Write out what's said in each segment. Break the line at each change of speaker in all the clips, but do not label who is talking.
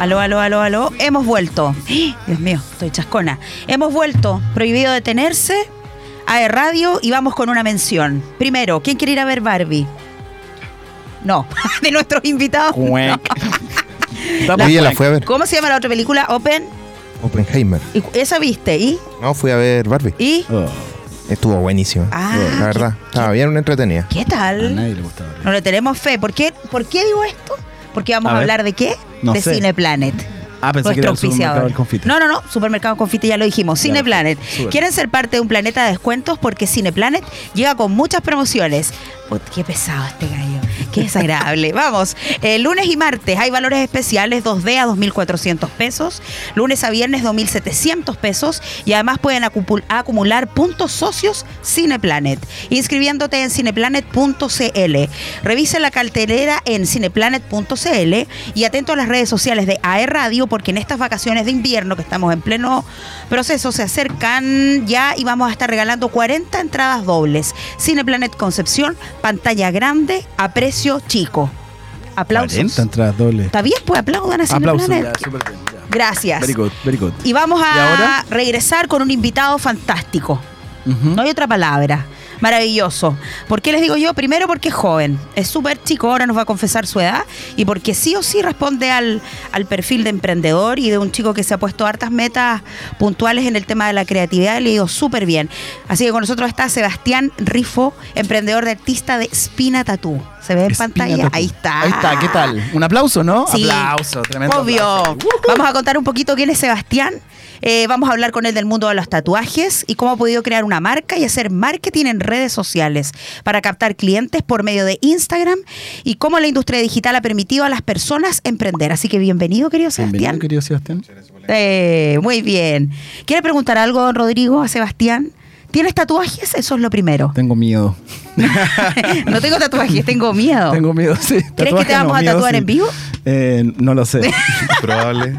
Aló, aló, aló, aló. Hemos vuelto. ¡Eh! Dios mío, estoy chascona. Hemos vuelto. Prohibido detenerse. AE Radio y vamos con una mención. Primero, ¿quién quiere ir a ver Barbie? No, de nuestros invitados. no.
Oye, la fui a ver.
¿Cómo se llama la otra película? Open.
Oppenheimer.
¿Y cu- esa viste? ¿Y?
No, fui a ver Barbie.
¿Y?
Oh,
Estuvo buenísimo.
Ah,
la verdad. Estaba bien entretenida.
¿Qué
A
tal?
nadie le gusta Barbie.
No le tenemos fe. ¿Por qué, ¿Por qué digo esto? Porque vamos
A
a,
ver.
hablar de qué?
No
de
sé.
Cineplanet.
Ah, pensé que era el supermercado del confite.
No, no, no, supermercado confite ya lo dijimos. Cineplanet. ¿Quieren ser parte de un planeta de descuentos? Porque Cineplanet llega con muchas promociones. Ut, qué pesado este gallo. Qué desagradable. Vamos, eh, lunes y martes hay valores especiales 2D a 2.400 pesos, lunes a viernes 2.700 pesos y además pueden acupul- acumular puntos socios Cineplanet inscribiéndote en cineplanet.cl. Revisa la cartelera en cineplanet.cl y atento a las redes sociales de AE Radio porque en estas vacaciones de invierno que estamos en pleno proceso se acercan ya y vamos a estar regalando 40 entradas dobles. Cineplanet Concepción, pantalla grande a precio chico. Aplausos.
40 entradas dobles.
¿Está bien? Pues aplaudan a
Aplausos.
Cineplanet.
Ya, súper bien, ya.
Gracias.
Very good, very good.
Y vamos
¿Y
a
ahora?
regresar con un invitado fantástico.
Ujú.
No hay otra palabra. Maravilloso. ¿Por qué les digo yo? Primero porque es joven, es súper chico, ahora nos va a confesar su edad y porque sí o sí responde al, al perfil de emprendedor y de un chico que se ha puesto hartas metas puntuales en el tema de la creatividad y le ha ido súper bien. Así que con nosotros está Sebastián Rifo, emprendedor de artista de Espina Tatú. ¿Se ve en
Espina
pantalla?
Tapu.
Ahí está.
Ahí está, ¿qué tal? Un aplauso, ¿no?
Sí.
Aplauso, tremendo.
Obvio.
aplauso.
Vamos a contar un poquito quién es Sebastián. Eh, vamos a hablar con él del mundo de los tatuajes y cómo ha podido crear una marca y hacer marketing en redes sociales para captar clientes por medio de Instagram y cómo la industria digital ha permitido a las personas emprender. Así que bienvenido, querido
Bienvenido,
Sebastián.
querido Sebastián.
Eh, muy bien. ¿Quiere preguntar algo, don Rodrigo, a Sebastián? ¿Tienes tatuajes? Eso es lo primero.
Tengo miedo.
no tengo tatuajes, tengo miedo.
Tengo miedo, sí.
¿Crees que te
Tatuaje no,
vamos a
miedo,
tatuar
sí.
en vivo?
Eh, no lo sé.
Probable.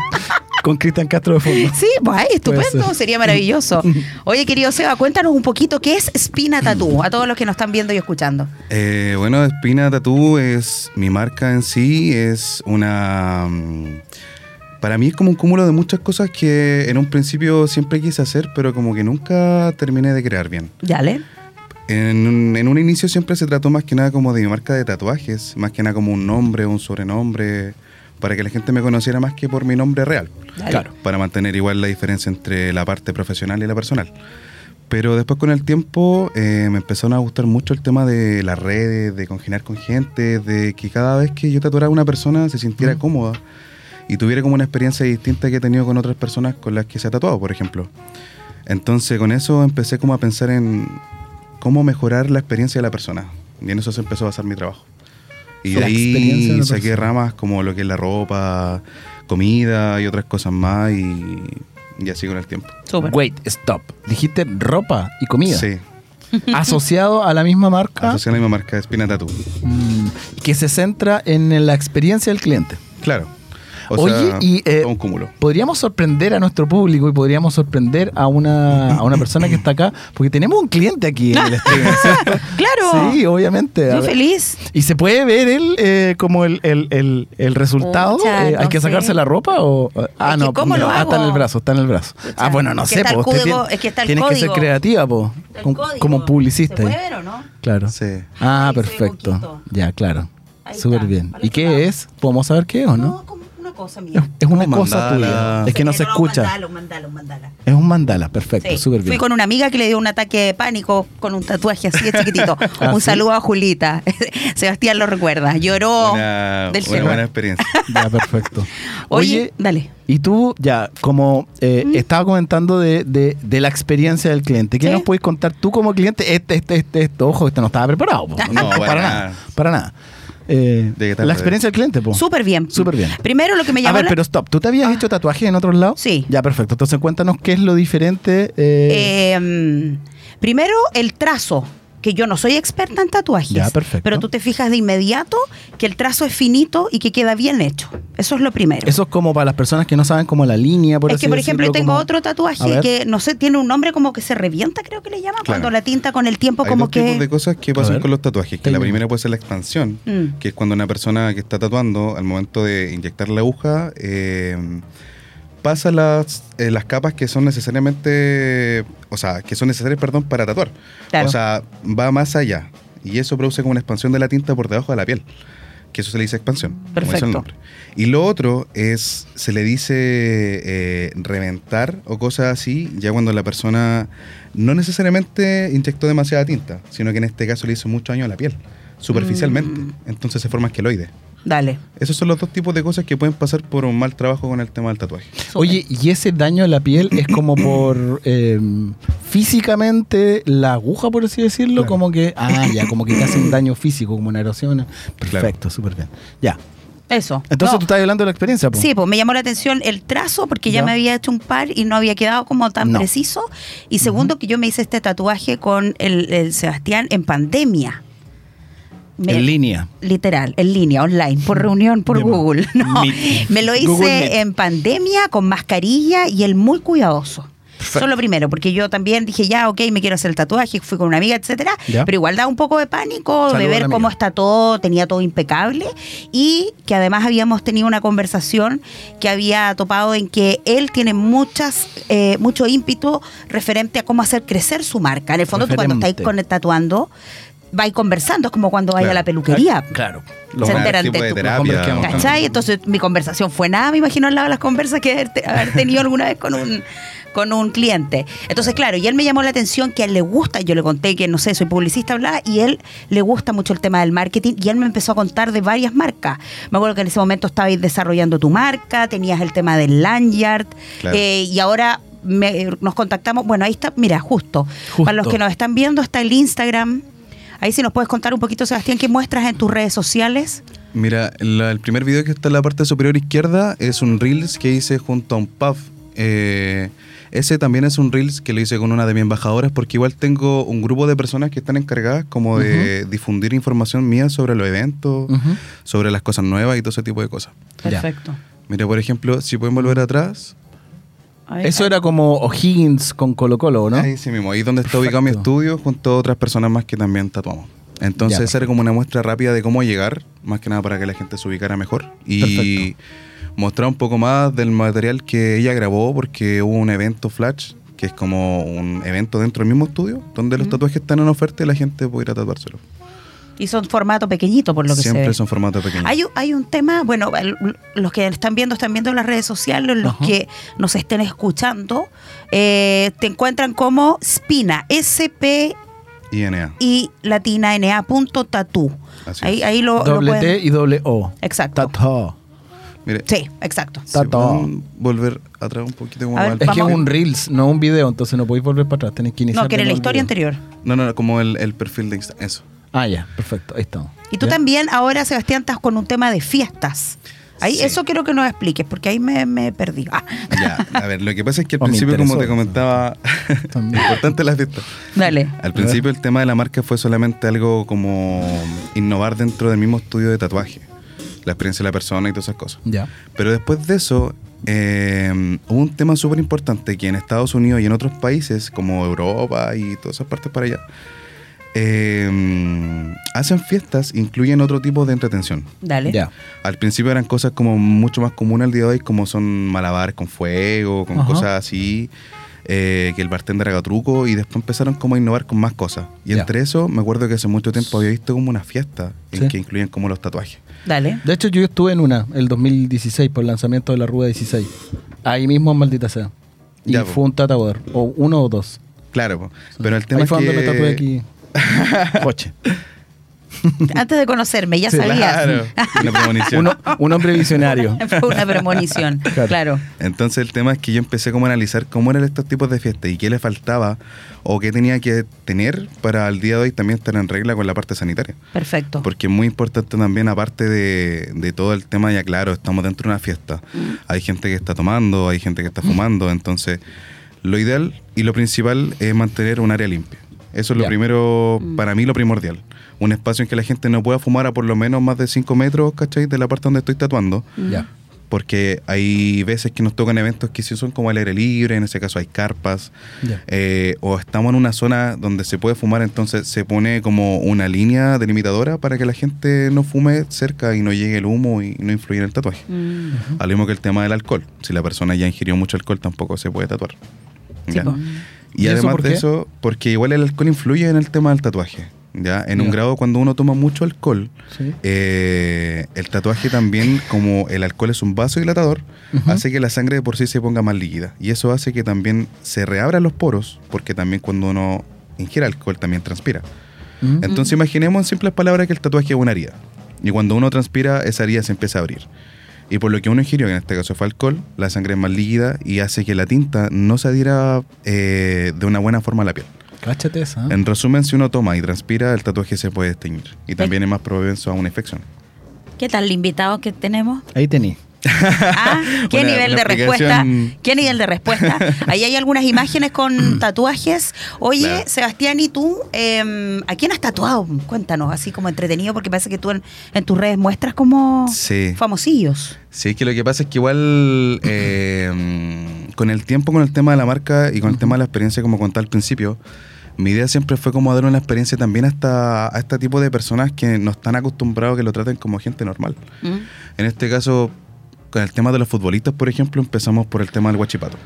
Con Cristian Castro de fondo.
Sí, pues ahí, estupendo,
ser.
sería maravilloso. Oye, querido Seba, cuéntanos un poquito qué es Espina Tattoo, a todos los que nos están viendo y escuchando.
Eh, bueno, Espina Tattoo es mi marca en sí, es una... mm, Para mí es como un cúmulo de muchas cosas que en un principio siempre quise hacer, pero como que nunca terminé de crear bien.
Dale.
En un, en un inicio siempre se trató más que nada como de mi marca de tatuajes, más que nada como un nombre, un sobrenombre, para que la gente me conociera más que por mi nombre real.
Dale.
Claro.
Para mantener igual la diferencia entre la parte profesional y la personal. Pero después con el tiempo eh, me empezaron a gustar mucho el tema de las redes, de congelar con gente, de que cada vez que yo tatuara a una persona se sintiera cómoda y tuviera como una experiencia distinta que he tenido con otras personas con las que se ha tatuado, por ejemplo. Entonces con eso empecé como a pensar en cómo mejorar la experiencia de la persona. Y en eso se empezó a basar mi trabajo. Y de
La experiencia de
ahí
la
saqué
persona.
ramas como lo que es la ropa, comida y otras cosas más y, y así con el tiempo.
Súper.
Wait, stop. Dijiste ropa y comida. Ah.
Sí,
Asociado a la misma marca
asociando a mi marca Espina Tattoo.
mm, que se centra en la experiencia del cliente.
Claro. O
Oye,
sea,
y, eh,
todo un cúmulo.
Podríamos sorprender a nuestro público y podríamos sorprender a una, a una persona que está acá, porque tenemos un cliente aquí en el estudio, ¿cierto?
Claro.
Sí, obviamente. A
Yo
ver.
feliz.
¿Y se puede ver él eh, como el, el, el, el resultado?
Pucha,
Eh, ¿Hay
no
que sacarse
sé.
la ropa o...? Ah,
Es que
no,
¿cómo
no,
lo
ah, está en
hago?
el brazo, está en el brazo.
Pucha,
ah, bueno, no
es que
sé,
está el
pues, usted
código,
tiene-
es que está el
tienes que ser
código.
creativa, po,
Está el
con-
código.
como publicista. eh.
¿Se
ahí.
puede ver o no?
Claro.
Sí.
Ah,
Ahí se ve
perfecto.
poquito.
Ya, claro.
Ahí
Súper
está.
bien.
Parece
¿Y
una-
qué es? ¿Podemos saber qué o no?
como una cosa
Es-
mía.
Es una
Un
cosa
mandala.
tuya. Es que no se
Un
escucha.
mandala, un mandala, un mandala.
Es un mandala, perfecto,
Sí.
súper
Fui
bien.
con una amiga que le dio un ataque de pánico con un tatuaje así de chiquitito.
¿Ah,
un
sí?
saludo a Julita. Sebastián lo recuerda. Lloró
Una,
Oh, del
una
cielo.
buena experiencia.
Ya, perfecto.
Oye, dale.
Y tú, ya, como eh, estaba comentando de, de- de la experiencia del cliente, ¿qué
Sí.
nos puedes contar tú como cliente? Este, este, este, esto, ojo, este no estaba preparado. po.
No, para
para nada.
nada.
Para nada. Eh,
¿De qué tal, Rodrigo?
la experiencia del cliente, po.
Súper bien.
Súper bien.
Primero lo que me
A
llamó
ver,
la-
pero stop, ¿tú te habías hecho tatuajes en otros lados?
Sí.
Ya, perfecto. Entonces cuéntanos qué es lo diferente. eh,
Eh, primero, Em, el trazo. que yo no soy experta en tatuajes,
Ya, perfecto.
pero tú te fijas de inmediato que el trazo es finito y que queda bien hecho. Eso es lo primero.
Eso es como para las personas que no saben como la línea, por
es
así
que, por ejemplo, yo
decirlo,
tengo
como-
otro
A
tatuaje
ver.
que, no sé, tiene un nombre como que se revienta, creo que le llaman,
Claro.
cuando la tinta con el tiempo
Hay
como
dos tipos
que...
de cosas que
A
pasan
ver.
con los tatuajes. Que la
Técnico.
primera puede ser la expansión,
Mm.
que es cuando una persona que está tatuando, al momento de inyectar la aguja, eh, pasa las, eh, las capas que son necesariamente, o sea, que son necesarias, perdón, para tatuar.
Claro.
O sea, va más allá. Y eso produce como una expansión de la tinta por debajo de la piel. Que eso se le dice expansión. como dice el
Perfecto.
nombre. Y lo otro es, se le dice eh, reventar o cosas así, ya cuando la persona no necesariamente inyectó demasiada tinta, sino que en este caso le hizo mucho daño a la piel, superficialmente.
Mm.
Entonces se forma esqueloide.
Dale.
Esos son los dos tipos de cosas que pueden pasar por un mal trabajo con el tema del tatuaje.
Oye, ¿y ese daño a la piel es como por eh, físicamente la aguja, por así decirlo?
Claro.
Como que, ah, ya, como que te hace un daño físico, como una erosión. Perfecto, súper bien. Ya.
Eso.
Entonces
No.
tú estás hablando de la experiencia, po?
Sí, pues me llamó la atención el trazo porque ya,
Ya.
me había hecho un par y no había quedado como tan
No.
preciso. Y segundo, que yo me hice este tatuaje con el, el Sebastián en pandemia. Me-
En línea.
Literal, en línea, online, por reunión, por
Ya.
Google. No,
Meet.
me lo
Google Meet.
hice en pandemia, con mascarilla y el muy cuidadoso. Eso es lo primero, porque yo también dije, ya, ok, me quiero hacer el tatuaje, fui con una amiga, etcétera,
Ya.
pero igual da un poco de pánico
Saluda
de
a la
ver
amiga.
cómo está todo, tenía todo impecable, y que además habíamos tenido una conversación que había topado en que él tiene muchas, eh, mucho ímpetu referente a cómo hacer crecer su marca. En el fondo, tú cuando
Referente.
estás con- tatuando, vais conversando, es como cuando vais
Claro.
a la peluquería.
Claro.
Los Se enteran
tipos
de
de
tu-
terapia.
¿Cachai?
¿no?
¿Cachai? Entonces mi conversación fue nada, me imagino al lado de las conversas que haber, te- haber tenido alguna vez con un, con un cliente. Entonces, claro, y él me llamó la atención que a él le gusta, yo le conté que, no sé, soy publicista, bla, y él le gusta mucho el tema del marketing, y él me empezó a contar de varias marcas. Me acuerdo que en ese momento estabais desarrollando tu marca, tenías el tema del lanyard,
Claro.
eh, y ahora... me- nos contactamos, bueno, ahí está, mira, justo.
Justo.
Para los que nos están viendo, está el Instagram. Ahí sí nos puedes contar un poquito, Sebastián, qué muestras en tus redes sociales.
Mira, la- el primer video que está en la parte superior izquierda es un Reels que hice junto a un pub. Eh, ese también es un Reels que lo hice con una de mis embajadoras porque igual tengo un grupo de personas que están encargadas como de difundir información mía sobre los eventos,
Ujú.
sobre las cosas nuevas y todo ese tipo de cosas.
Ya.
Perfecto.
Mira, por ejemplo, si pueden volver atrás.
A ver,
Eso era como O'Higgins con Colo Colo, ¿no?
Ahí sí mismo, ahí donde está ubicado mi
Perfecto.
estudio junto a otras personas más que también tatuamos. Entonces
Ya,
esa era como una muestra rápida de cómo llegar, más que nada para que la gente se ubicara mejor y mostrar un poco más del material que ella grabó porque hubo un evento flash que es como un evento dentro del mismo estudio donde los tatuajes están en oferta y la gente puede ir a tatuárselo.
Y son formato pequeñito, por lo que
Siempre
se ve.
son formatos pequeños.
Hay, un- hay un tema, bueno, el- los que están viendo, están viendo en las redes sociales, los
Ajá.
que nos estén escuchando, eh, te encuentran como Spina, SP
INA.
y latina NA punto tatú.
Así
Ahí,
es.
ahí lo, lo
Doble
pueden-
T y doble O.
Exacto.
Tato.
Mire,
Sí, exacto.
si
tatuado.
pueden volver atrás un poquito como
A ver,
al-
Es que es
Vamos.
un Reels, no un video, entonces no podéis volver para atrás, tenéis que iniciar.
No, que
de
era la
nuevo el
historia
video.
anterior.
No, no, no, como el, el perfil de Instagram. Eso.
Ah, ya, perfecto, ahí estamos.
Y tú
¿Ya?
también ahora, Sebastián, estás con un tema de fiestas. Ahí,
Sí.
Eso quiero que nos expliques, porque ahí me, me perdí. Ah,
Ya, a ver, lo que pasa es que al
Oh, me
principio, como
interesó
te
eso.
comentaba,
También.
importante las fiestas.
dale.
Al principio el tema de la marca fue solamente algo como innovar dentro del mismo estudio de tatuaje, la experiencia de la persona y todas esas cosas.
Ya.
Pero después de eso, eh, hubo un tema súper importante que en Estados Unidos y en otros países, como Europa y todas esas partes para allá, eh, hacen fiestas, incluyen otro tipo de entretención.
Dale.
Ya.
Al principio eran cosas como mucho más comunes al día de hoy, como son malabares con fuego, con
Ajá.
cosas así, eh, que el bartender haga truco, y después empezaron como a innovar con más cosas. Y
Ya.
entre eso, me acuerdo que hace mucho tiempo había visto como una fiesta en
Sí.
que incluían como los tatuajes.
Dale.
De hecho, yo estuve en una, el 2016, por el lanzamiento de la Rueda 16. Ahí mismo, en maldita sea. Y
Ya, po.
fue un tatuador, o uno o dos.
Claro, po. pero el tema
ahí
es
fue
que...
donde me tatué aquí. Coche.
Antes de conocerme, ya
Sí,
sabías.
Claro, una premonición.
Uno- un hombre visionario.
Fue una premonición,
Claro.
claro.
Entonces el tema es que yo empecé como a analizar cómo eran estos tipos de fiestas y qué le faltaba o qué tenía que tener para el día de hoy también estar en regla con la parte sanitaria.
perfecto.
Porque es muy importante también, aparte de, de todo el tema, ya claro, estamos dentro de una fiesta. Hay gente que está tomando, hay gente que está fumando, entonces lo ideal y lo principal es mantener un área limpia. Eso es lo
Ya.
primero, para mí lo primordial. Un espacio en que la gente no pueda fumar a por lo menos más de 5 metros, ¿cachai? De la parte donde estoy tatuando.
Ya.
Porque hay veces que nos tocan eventos que sí son como al aire libre, en ese caso hay carpas,
Ya.
eh, o estamos en una zona donde se puede fumar, entonces se pone como una línea delimitadora para que la gente no fume cerca y no llegue el humo y no influya en el tatuaje.
Mm.
Al mismo que el tema del alcohol. Si la persona ya ingirió mucho alcohol, tampoco se puede tatuar.
Sí,
¿Ya?
po.
Y,
¿Y eso
además
por
de
qué?
eso, porque igual el alcohol influye en el tema del tatuaje. ¿ya? En un
Ya.
grado cuando uno toma mucho alcohol,
Sí.
eh, el tatuaje también, como el alcohol es un vaso dilatador,
Ujú.
hace que la sangre de por sí se ponga más líquida. Y eso hace que también se reabran los poros, porque también cuando uno ingiere alcohol también transpira.
Mm.
Entonces imaginemos en simples palabras que el tatuaje es una herida. Y cuando uno transpira, esa herida se empieza a abrir. Y por lo que uno ingirió, que en este caso fue alcohol, la sangre es más líquida y hace que la tinta no se adhiera eh, de una buena forma a la piel.
Cáchate esa. ¿eh?
En resumen, si uno toma y transpira, el tatuaje se puede teñir. Y también es más propenso a una infección.
¿Qué tal el invitado que tenemos?
Ahí tení.
Ah, ¿Qué
Una-
nivel
una
de respuesta?
explicación-
¿Qué nivel de respuesta? Ahí hay algunas imágenes con tatuajes. Oye,
Claro.
Sebastián, ¿y tú eh, a quién has tatuado? Cuéntanos, así como entretenido, porque parece que tú en, en tus redes muestras como
Sí.
famosillos.
Sí, es que lo que pasa es que igual eh, con el tiempo, con el tema de la marca y con el tema de la experiencia, como conté al principio, mi idea siempre fue como dar una experiencia también hasta a este tipo de personas que no están acostumbrados a que lo traten como gente normal.
¿Mm?
En este caso, con el tema de los futbolistas, por ejemplo, empezamos por el tema del guachipato.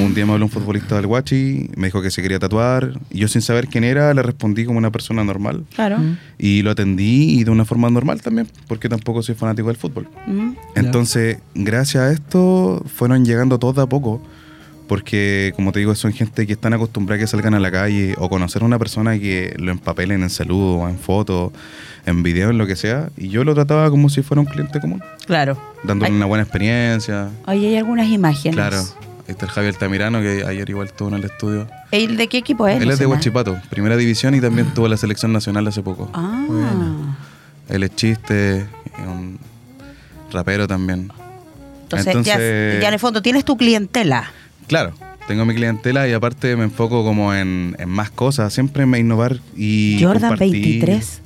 Un día me habló un futbolista del guachi, me dijo que se quería tatuar, y yo sin saber quién era, le respondí como una persona normal.
Claro.
Y lo atendí y de una forma normal también, porque tampoco soy fanático del fútbol.
¿Mm?
Entonces, gracias a esto, fueron llegando todos de a poco. Porque, como te digo, son gente que están acostumbrada a que salgan a la calle o conocer a una persona que lo empapelen en saludo, en foto, en video, en lo que sea. Y yo lo trataba como si fuera un cliente común,
Claro.
dándole
Ay.
una buena experiencia.
Ahí hay algunas imágenes.
Claro. Ahí está el Javier Tamirano, que ayer igual estuvo en el estudio.
¿El de qué equipo es?
Él
No
es
sé
de
nada.
Huachipato, primera división, y también tuvo la selección nacional hace poco.
Ah.
Bueno.
Él es chiste, es un rapero también.
Entonces, ya-
Entonces-
Ya, en el fondo tienes tu clientela.
Claro, tengo mi clientela y aparte me enfoco como en, en más cosas, siempre me innovar y
Jordan
compartir.
23.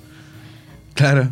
Claro.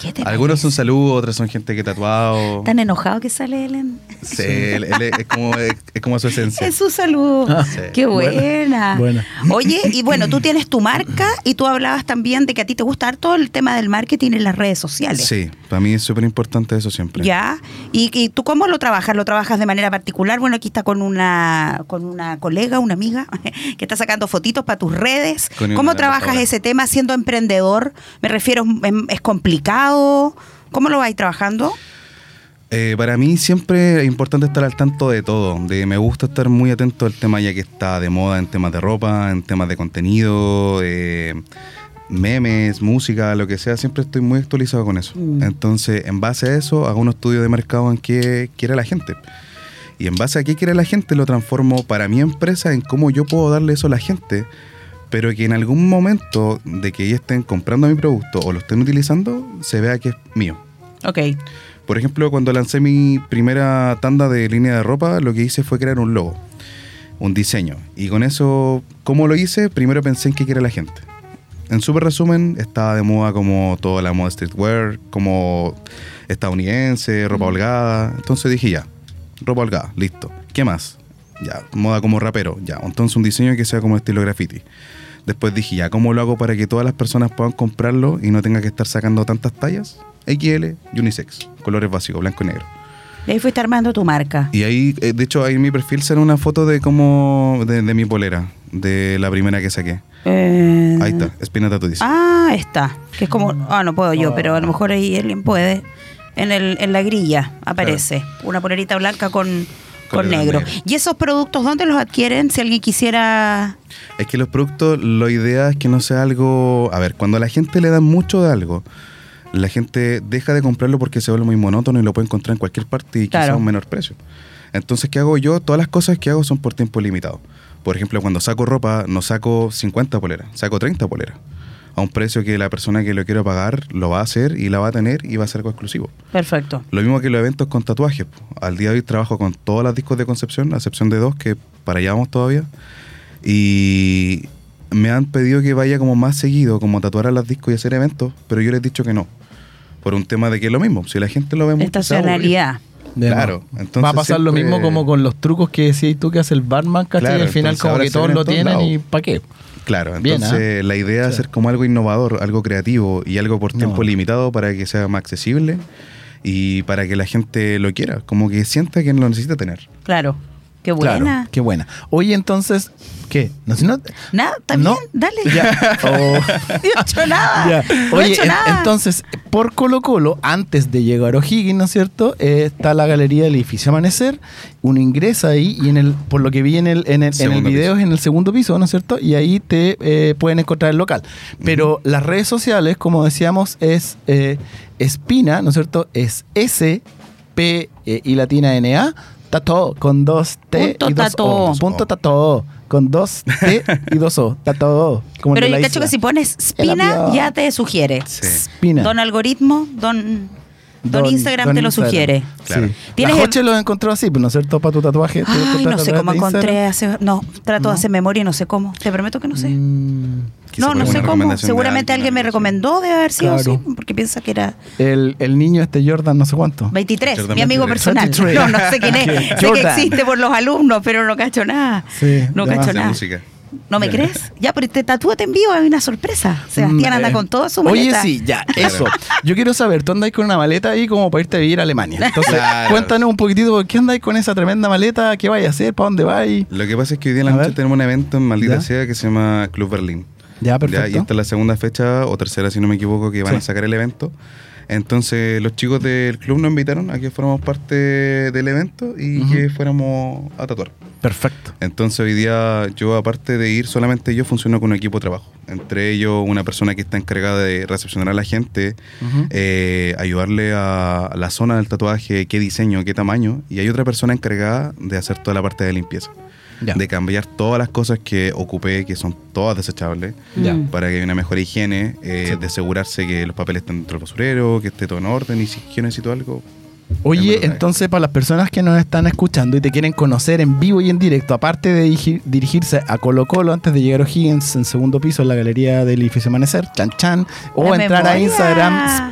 ¿Qué te
Algunos son
parece?
saludos, otros son gente que tatuado.
tan enojado que sale él en,
Sí, él- él es, es como, es, es como su esencia.
en su salud.
Ah, sí.
Qué buena.
Buena, buena.
Oye, y bueno, tú tienes tu marca y tú hablabas también de que a ti te gusta todo el tema del marketing en las redes sociales.
Sí, para mí es súper importante eso siempre.
¿Ya? ¿Y, y tú cómo lo trabajas? ¿Lo trabajas de manera particular? Bueno, aquí está con una con una colega, una amiga, que está sacando fotitos para tus redes.
Con una
¿Cómo
gran
trabajas
pastora.
ese tema siendo emprendedor? Me refiero, em, ¿es complicado? ¿Cómo lo vais trabajando?
Eh, para mí siempre es importante estar al tanto de todo. De, me gusta estar muy atento al tema ya que está de moda en temas de ropa, en temas de contenido, eh, memes, música, lo que sea. Siempre estoy muy actualizado con eso.
Mm.
Entonces, en base a eso, hago un estudio de mercado en qué quiere la gente. Y en base a qué quiere la gente, lo transformo para mi empresa en cómo yo puedo darle eso a la gente. Pero que en algún momento de que ellos estén comprando mi producto o lo estén utilizando, se vea que es mío.
Ok.
Por ejemplo, cuando lancé mi primera tanda de línea de ropa, lo que hice fue crear un logo, un diseño. Y con eso, ¿cómo lo hice? Primero pensé en qué quiere la gente. En súper resumen, estaba de moda como toda la moda streetwear, como estadounidense, ropa holgada. Entonces dije ya, ropa holgada, listo. ¿Qué más? Ya, moda como rapero, ya. Entonces un diseño que sea como estilo graffiti. Después dije, ya, ¿cómo lo hago para que todas las personas puedan comprarlo y no tenga que estar sacando tantas tallas? XL y unisex, colores básicos, blanco y negro.
Y ahí fuiste armando tu marca.
Y ahí, eh, de hecho, ahí en mi perfil sale una foto de cómo, de, de mi polera, de la primera que saqué.
Eh,
Ahí está, Espina Tattoo dice.
Ah, está. Que es como, ah, no puedo yo, pero a lo mejor ahí alguien puede. En, el, en la grilla aparece una polerita blanca con, con
Con el
negro.
negro.
¿Y esos productos dónde los adquieren si alguien quisiera...?
Es que los productos, la idea es que no sea algo... A ver, cuando a la gente le dan mucho de algo, la gente deja de comprarlo porque se vuelve muy monótono y lo puede encontrar en cualquier parte y quizá
Claro.
a un menor precio. Entonces, ¿qué hago yo? Todas las cosas que hago son por tiempo limitado. Por ejemplo, cuando saco ropa, no saco 50 poleras, saco 30 poleras. A un precio que la persona que lo quiera pagar lo va a hacer y la va a tener y va a ser algo exclusivo.
Perfecto.
Lo mismo que los eventos con tatuajes. po. Al día de hoy trabajo con todas las discos de Concepción, a excepción de dos, que para allá vamos todavía. Y me han pedido que vaya como más seguido, como a tatuar a las discos y hacer eventos, pero yo les he dicho que no. Por un tema de que es lo mismo. Si la gente lo ve mucho. se va a aburrir.
Estacionalidad.
De
Claro,
más.
entonces
va a pasar lo
siempre-
mismo como con los trucos que decías tú que hace el barman, ¿cachai?
Claro,
y al final
entonces
como
ahora
que
se
todos
ven en
lo
todos
tienen
lados.
y ¿para qué?
Claro,
Bien, ¿ah?
entonces la idea es hacer como algo innovador, algo creativo y algo por tiempo
No.
limitado para que sea más accesible y para que la gente lo quiera, como que sienta que lo necesita tener.
Claro. Qué buena.
Claro, qué buena. Oye, entonces, ¿qué? No, si no-
Nada, también,
No.
dale.
Ya. Oh.
No he hecho nada.
Ya.
No he
Oye,
hecho
en-
nada.
entonces, por Colo Colo, antes de llegar a O'Higgins, ¿no es cierto? Eh, está la galería del edificio Amanecer, uno ingresa ahí y en el, por lo que vi en el, en el, en el
Segundo
video
piso.
es en el segundo piso, ¿no es cierto? Y ahí te eh, pueden encontrar el local. Pero las redes sociales, como decíamos, es eh, Espina, ¿no es cierto? Es S, P eh, y latina N A. Tato con dos T
Punto
y dos
tató.
O. Punto tato con dos T y dos O. Tato. Como el
Pero
de
yo
la
cacho que
isla.
si pones
El
Spina,
avión.
ya te sugiere.
Sí.
Espina.
Don algoritmo, don, don,
Don-
Instagram
Don
te lo
Instagram.
sugiere.
Claro.
Sí.
Tienes
la
el-
Joche lo encontró así, pero ¿no es cierto? Para tu tatuaje. ¿tú
Ay,
encontraste
no sé
a través
cómo
de
encontré
Instagram?
hace. No, trato de
No.
hacer memoria y no sé cómo. Te prometo que no sé.
Mm,
No,
Quizá por
no
alguna
sé cómo.
recomendación de
Seguramente alguien me
algo así.
recomendó de haber sido
Claro.
así, porque piensa que era
el, el niño este Jordan, no sé cuánto.
23,
Jordan
mi amigo
23.
personal.
23.
No, no sé quién es.
Ok.
sé que
Jordan.
existe por los alumnos, pero no cacho nada.
Sí,
no
de
cacho
más.
De
nada.
música.
¿No me crees? Ya, pero te tatúate en vivo, hay una sorpresa. Sebastián
Mm,
anda
eh.
con todo su
Oye,
maleta.
sí, ya,
Claro.
eso. Yo quiero saber, tú andáis con una maleta ahí como para irte a vivir a Alemania. Entonces,
Claro.
cuéntanos un poquitito, ¿por qué andáis con esa tremenda maleta? ¿Qué vais a hacer? ¿Para dónde vais?
Lo que pasa es que hoy día en la
A
noche
ver.
tenemos un evento en Maldita
Ya.
Sea que se llama Club Berlín.
Ya,
Ya, y
perfecto.
esta es la segunda fecha, o tercera si no me equivoco, que van
Sí.
a sacar el evento. Entonces los chicos del club nos invitaron a que fuéramos parte del evento y
Ujú.
que fuéramos a tatuar.
Perfecto.
Entonces hoy día yo aparte de ir solamente yo funciono con un equipo de trabajo. Entre ellos una persona que está encargada de recepcionar a la gente,
Ujú.
eh, ayudarle a la zona del tatuaje, qué diseño, qué tamaño. Y hay otra persona encargada de hacer toda la parte de limpieza.
Ya.
De cambiar todas las cosas que ocupé, que son todas desechables,
Ya.
Mm.
para que haya una mejor higiene, eh,
Sí.
de asegurarse que los papeles estén dentro del basurero, que esté todo en orden y si yo necesito algo.
Oye,
Es verdad.
entonces para las personas que nos están escuchando y te quieren conocer en vivo y en directo, aparte de dirigi- dirigirse a Colo Colo antes de llegar a O'Higgins en segundo piso en la galería del edificio Amanecer, chan chan, o
La
entrar a
memoria.
Instagram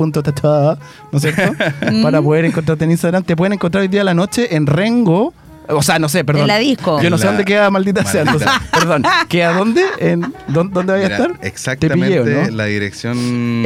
spina.tatuada, ¿no es cierto?
Mm.
para poder encontrarte en Instagram, te pueden encontrar hoy día a la noche en Rengo. O sea, no sé, perdón.
En la disco.
Yo no sé
En la-
dónde queda, maldita sea.
Maldita.
entonces, perdón. ¿Queda dónde? ¿En, dónde, ¿Dónde vaya a
Mira,
estar?
Exactamente
Te pillé, ¿o no?
la dirección.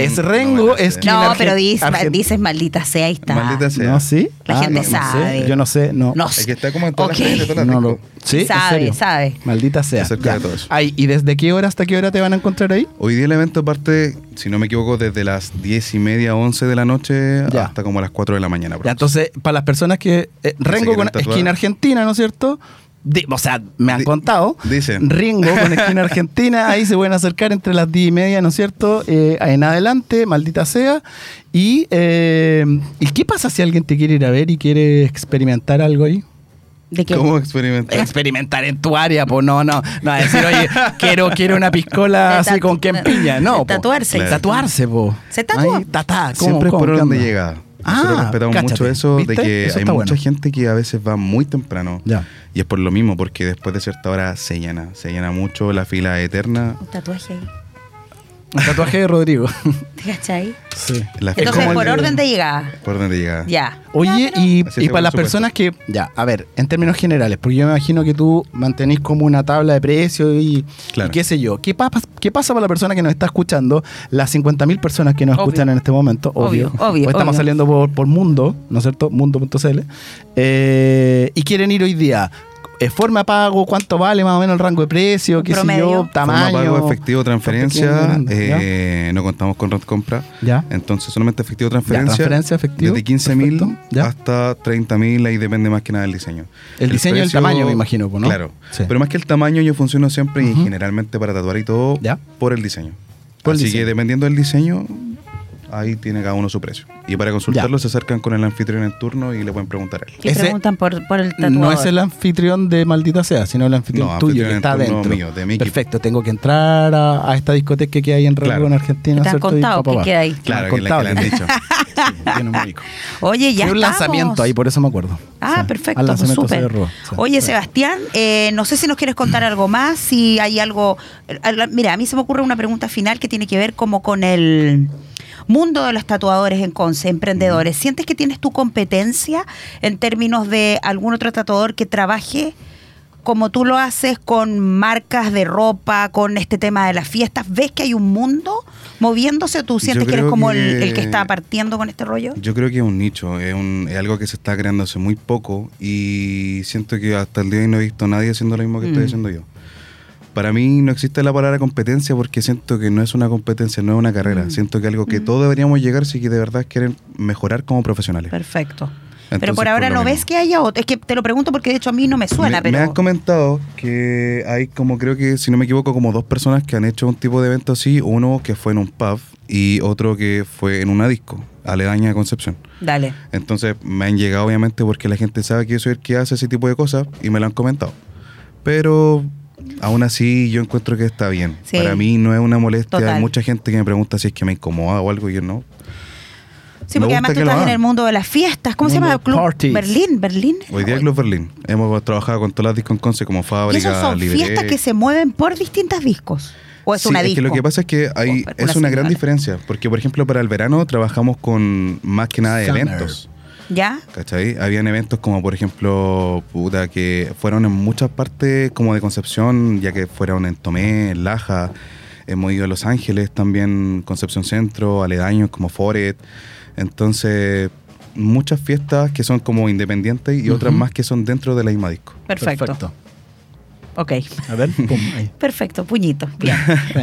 Es
no me
Rengo,
la sé.
es que-
No,
Argen-
pero dices,
Argen-
dices maldita sea, ahí está.
Maldita sea.
¿No, sí? Ah,
La gente
no, no sé,
sabe.
Yo no sé, no.
No
Es que está como en todas
Ok.
las calles de todas las
No lo-
discos.
Sí, ¿En
Sabe,
serio?
sabe.
Maldita sea.
Acerca
Ya.
de todo eso.
Ay, ¿y desde qué hora hasta qué hora te van a encontrar ahí?
Hoy día el evento parte, si no me equivoco, desde las 10 y media, 11 de la noche
Ya.
hasta como las 4 de la mañana.
Ya,
aproximadamente.
entonces, para las personas que. eh, Rengo
quieren
con
tatuar.
esquina argentina, ¿no es cierto? Di- o sea, me han
Di-
contado.
dicen.
Ringo con esquina argentina, ahí se pueden acercar entre las 10 y media, ¿no es cierto? Eh, en adelante, maldita sea. Y, eh, ¿Y qué pasa si alguien te quiere ir a ver y quiere experimentar algo ahí?
¿De qué?
¿Cómo
Eh.
experimentar?
experimentar en tu área, pues no, no, no decir, oye, quiero, quiero una piscola
De
así
tatu-
con quien piña, no.
de
po.
tatuarse.
Claro.
Tatuarse, po.
Se tatúa.
Ahí, tatá, ¿cómo,
Siempre es
cómo,
por
qué
orden de
onda?
llegada.
Ah,
Nosotros respetamos
cáchate,
mucho eso
¿viste?
de que
Eso
hay
está
mucha
bueno.
gente que a veces va muy temprano.
Ya.
Y es por lo mismo, porque después de cierta hora se llena. Se llena mucho la fila eterna.
Un tatuaje ahí.
El tatuaje de Rodrigo.
¿Te cachai?
sí.
La fila
Entonces,
como el
por
de-
orden de llegada.
por orden de llegada.
Ya.
Oye, y,
Así
y
se
para
pone
las
súper
personas que, ya, a ver, en términos generales, porque yo me imagino que tú mantenís como una tabla de precios y,
Claro.
y qué sé yo. ¿Qué, pasa ¿Qué pasa para la persona que nos está escuchando? Las 50.000 personas que nos
Obvio.
escuchan en este momento,
Obvio,
obvio.
obvio,
Hoy estamos
obvio.
saliendo por, por Mundo, ¿no es cierto? Mundo.cl. Eh, y quieren ir hoy día. Eh, ¿Forma pago? ¿Cuánto vale más o menos el rango de precio? ¿Qué
Promedio.
sé yo?
Forma
¿Tamaño?
Forma pago, efectivo,
Son
transferencia.
pequeños, grandes,
eh, no contamos con red compra.
¿Ya?
Entonces, solamente efectivo,
Ya,
transferencia.
transferencia, efectivo.
Desde 15 mil
perfecto, ya.
hasta 30 mil, ahí depende más que nada del diseño.
El diseño y el tamaño, me imagino, ¿no?
Claro.
Sí.
Pero más que el tamaño, yo funciono siempre y
Ujú.
generalmente para tatuar y todo
Ya.
por el diseño.
Por el
Así
diseño.
que dependiendo del diseño, Ahí tiene cada uno su precio. Y para consultarlo se acercan con el anfitrión en turno y le pueden preguntar a él.
Y
Ese-
preguntan por, por el tatuador.
No es el anfitrión de Maldita Sea, sino el anfitrión
No,
tuyo
anfitrión
que
en
está
turno
adentro.
mío, de mi equipo.
Perfecto, tengo que entrar a, a esta discoteca que hay en Relugo
Claro.
en Argentina.
Te han
¿cierto? Y
contado
papá
que
va.
queda ahí.
Claro,
Me
que
han
le, que le han
contado.
dicho.
Yo no me ubico.
Oye, ya
Fue un
estamos.
lanzamiento ahí, por eso me acuerdo.
Ah,
Sí,
perfecto,
al
pues,
lanzamiento se
súper.
derrubó, sí.
Oye, Sebastián, eh, no sé si nos quieres contar algo más, si hay algo... a la- Mira, a mí se me ocurre una pregunta final que tiene que ver como con el mundo de los tatuadores en Conce, emprendedores. ¿Sientes que tienes tu competencia en términos de algún otro tatuador que trabaje como tú lo haces con marcas de ropa, con este tema de las fiestas? ¿Ves que hay un mundo moviéndose? ¿Tú
Yo
sientes que eres
creo
como el- El,
que-
que está partiendo con este rollo?
Yo creo que es un nicho, es, un- es algo que se está creando hace muy poco y siento que hasta el día de hoy no he visto a nadie haciendo lo mismo que
Mm.
estoy haciendo yo. Para mí no existe la palabra competencia porque siento que no es una competencia, no es una carrera.
Mm.
Siento que algo que
Mm.
todos deberíamos llegar si que de verdad quieren mejorar como profesionales.
Perfecto. pero
Entonces,
por ahora
lo
no
mismo.
ves que haya otro. Es que te lo pregunto porque de hecho a mí no me suena,
me,
pero.
me han comentado que hay como creo que, si no me equivoco, como dos personas que han hecho un tipo de evento así. Uno que fue en un pub y otro que fue en una disco, aledaña a Concepción.
Dale.
Entonces me han llegado obviamente porque la gente sabe que yo soy el que hace ese tipo de cosas y me lo han comentado. Pero aún así yo encuentro que está bien.
Sí.
Para mí no es una molestia.
Total.
Hay mucha gente que me pregunta si es que me incomoda o algo y yo no.
Sí,
Me
porque
gusta
además tú
que lo
estás en
hagan.
el mundo de las fiestas. ¿Cómo se
Mundo
llama el
de
club?
parties.
Berlín, Berlín.
Hoy día Club Berlín. Hemos trabajado con todas las discos en Conce como
Y
fábrica,
esos son
Liberec.
fiestas que se mueven por distintas discos. O es
Sí,
una disco.
que lo que pasa es que hay,
O
es
una
una gran
señal.
diferencia, porque por ejemplo para el verano trabajamos con más que nada
Summer.
eventos,
¿Ya?
¿cachai? Habían eventos como por ejemplo, puta, que fueron en muchas partes como de Concepción, ya que fueron en Tomé, en Laja, hemos ido a Los Ángeles también, Concepción Centro, aledaños como Foret, entonces muchas fiestas que son como independientes y otras
Ujú.
más que son dentro de la misma disco.
Perfecto. Ok.
A ver, pum, ahí.
Perfecto, puñito. Bien.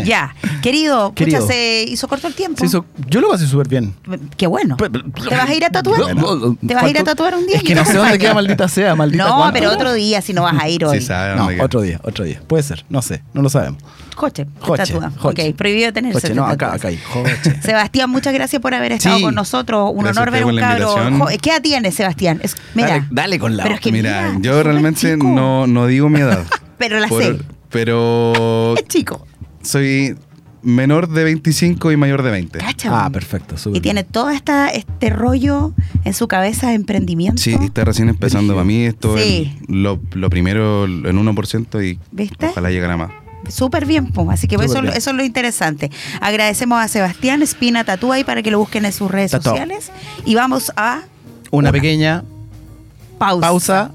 ya. Querido,
Querido.
pucha, se hizo corto el tiempo.
Se hizo- yo lo pasé súper bien.
Qué bueno.
Pe- pe-
¿Te vas a ir a tatuar?
Bueno.
¿Te vas a ir a
¿Cuánto-
tatuar un día?
Es que no sé dónde queda maldita sea, maldita
No,
cuánto.
pero otro día si no vas a ir hoy.
Sí, sabe
No,
dónde queda.
otro día, otro día. Puede ser, no sé, no lo sabemos.
Coche,
Joche,
tatúa.
joche.
Ok, prohibido tener
Joche, no, acá,
tatúas.
acá hay. Joche.
Sebastián, muchas gracias por haber estado
Sí.
con nosotros. Un
Gracias a
honor
usted
ver
por
un
la invitación.
cabro. jo- ¿Qué edad tiene Sebastián? Es- mira,
Dale, dale con la.
Pero es que
Mira,
mira,
yo
súper
realmente
chico.
no, no digo mi edad.
Pero la
Por-
sé.
Pero
es chico.
soy menor de 25 y mayor de 20.
Cacha.
Ah,
man.
perfecto, súper.
Y tiene todo esta, este rollo en su cabeza de emprendimiento.
Sí, está recién empezando. Para mí esto
Sí.
es lo, lo primero, en 1% y
¿Viste?
ojalá llegara más.
Súper bien, po. Así que
Súper
eso, es lo-
bien.
eso es lo interesante. Agradecemos a Sebastián Espina Tatúa ahí para que lo busquen en sus redes
Tatúa.
sociales. Y vamos a
bien. Una pequeña pausa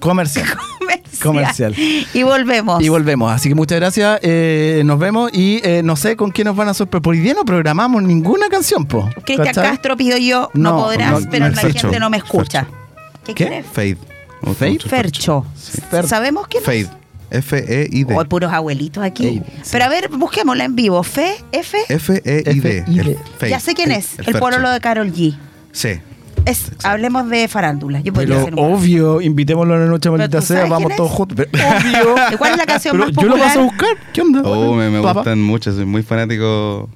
comercial. Comercial.
Y volvemos.
Y volvemos. Así que muchas gracias. eh, nos vemos y eh, no sé con qué nos van a sorprender. Por hoy día no programamos ninguna canción, po.
Cristian
¿cachai?
Castro pido yo, no,
No,
podrás,
no,
pero
no,
la
Fercho,
gente no me escucha. ¿Qué,
¿Qué?
quieres?
Fade. Otro-
Fade?
otro
Fercho.
Fer-
¿Sabemos quién
Fade. E
es?
F-E-I-D.
Oh,
O hay puros abuelitos aquí.
Ey, sí.
Pero a ver, busquémosla en vivo. Fe, F.
F-E-I-D.
F-I-D.
E El Fade.
Ya sé quién es, el,
Fercho.
pololo de Carol G.
Sí.
Es, hablemos de farándula. Yo podría
Pero
hacer
oh.
un-
obvio, invitémoslo a la noche,
¿Pero
maldita
tú
sea,
sabes
vamos
quién
todos
es?
juntos. Pero- obvio.
¿Cuál es la canción
Pero
más
yo lo vas a
popular?
buscar. ¿Qué onda?
Oh, me, me
Papá.
gustan mucho, soy muy fanático.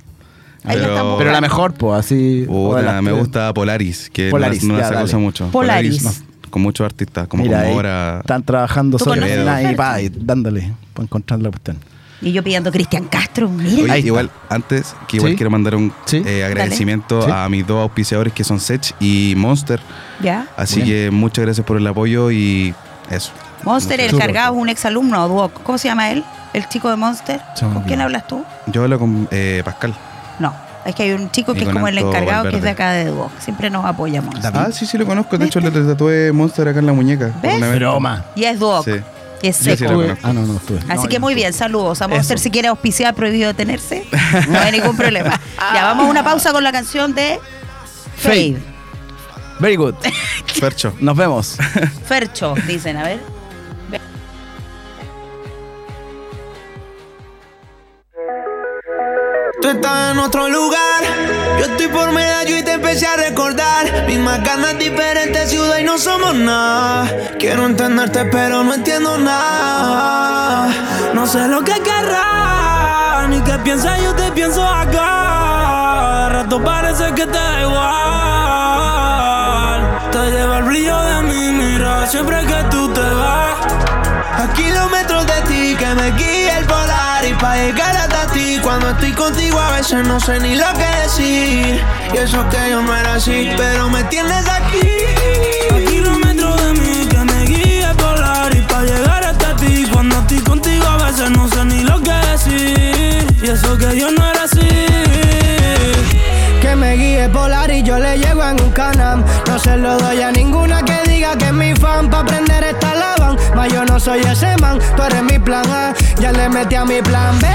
Ahí la están
Pero la mejor, po, así. o
Puta,
de las
me
tres.
gusta Polaris, que no-
Polaris,
no,
ya,
la saco
dale.
hace mucho.
Polaris.
no, con muchos artistas, como
Mira, ahí
Comora.
están trabajando
¿Tú
sobre
conoces
la-
a
y
Fercho?
pa, y dándole para encontrar la cuestión.
Y yo pidiendo Cristian Castro. Mira.
Oye,
Ahí está.
igual, antes, que igual
Sí.
quiero mandar un
Sí.
eh, agradecimiento
Dale.
a mis dos auspiciadores que son Sech y Monster.
¿Ya?
Así
Bueno.
que muchas gracias por el apoyo y eso.
Monster, el
Súper.
cargado, un exalumno, Duoc. ¿Cómo se llama él? El chico de Monster.
Se me
¿Con quién
olvidó.
hablas tú?
Yo hablo con eh, Pascal.
No. Es que hay un chico
Y
que es
con
como el
Anto
encargado que es de
Valverde.
acá de Duoc. Siempre nos apoya Monster.
Ah, sí, sí, lo conozco. De hecho, le
¿Viste?
tatué Monster acá en la muñeca.
¿Ves?
Una vez.
Broma.
Y es Duoc.
Sí.
Y es
Yo sí
seco.
lo
Estuve-
conozco.
ah, no, no estuve.
Así
No,
que
yo
muy
no
bien, saludos. Vamos a
Eso.
ser si quiere auspiciar prohibido tenerse. No hay ningún problema. Ya vamos a una pausa con la canción de Fade.
Fade. estuve. Very good.
Fercho.
Nos vemos.
Fercho, dicen, a ver.
Tú estás en otro lugar. Yo estoy por medallo y te empecé a recordar. Mismas ganas, diferentes ciudad y no somos nada. Quiero entenderte, pero no entiendo nada. No sé lo que querrás, ni qué piensas, yo te pienso acá. rato parece que te da igual. Te lleva el brillo de mi mirada siempre que tú te vas. A kilómetros de ti que me guía el volar y para llegar hasta ti. Cuando estoy contigo a veces no sé ni lo que decir. Y eso que yo no era así, pero me tienes aquí. A kilómetros de mí que me guía el volar y para llegar hasta ti. Cuando estoy contigo a veces no sé ni lo que decir. Y eso que yo no era así.
Que me guíe polar y yo le llego en un canam. No se lo doy a ninguna que diga que es mi fan. Pa' aprender esta lavan. Mas yo no soy ese man, tú eres mi plan A. Ya le metí a mi plan B.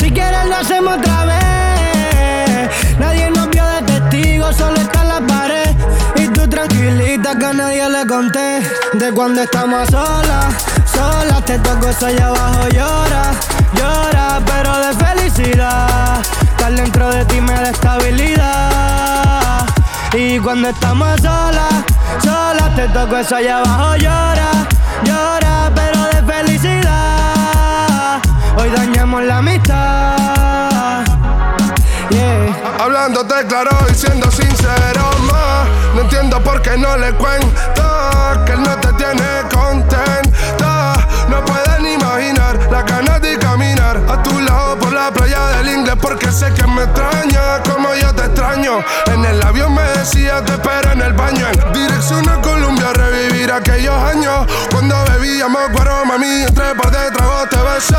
Si quieres lo hacemos otra vez. Nadie nos vio de testigo, solo está en la pared. Y tú tranquilita que a nadie le conté. De cuando estamos a solas, solas te toco eso allá abajo. Llora, llora, pero de felicidad. Estar dentro de ti me da estabilidad. Y cuando estamos a solas, solas te toco eso allá abajo. Llora, llora, pero de felicidad. Hoy dañamos la amistad. Yeah.
Hablándote claro y siendo sincero más No entiendo por qué no le cuento Que él no te tiene contenta No pueden imaginar la ganas de caminar A tu lado por la playa del inglés Porque sé que me extraña como yo te extraño En el avión me decía te espero en el baño En dirección a Colombia revivir aquellos años Cuando bebíamos guaro mami Entre par de tragos te besé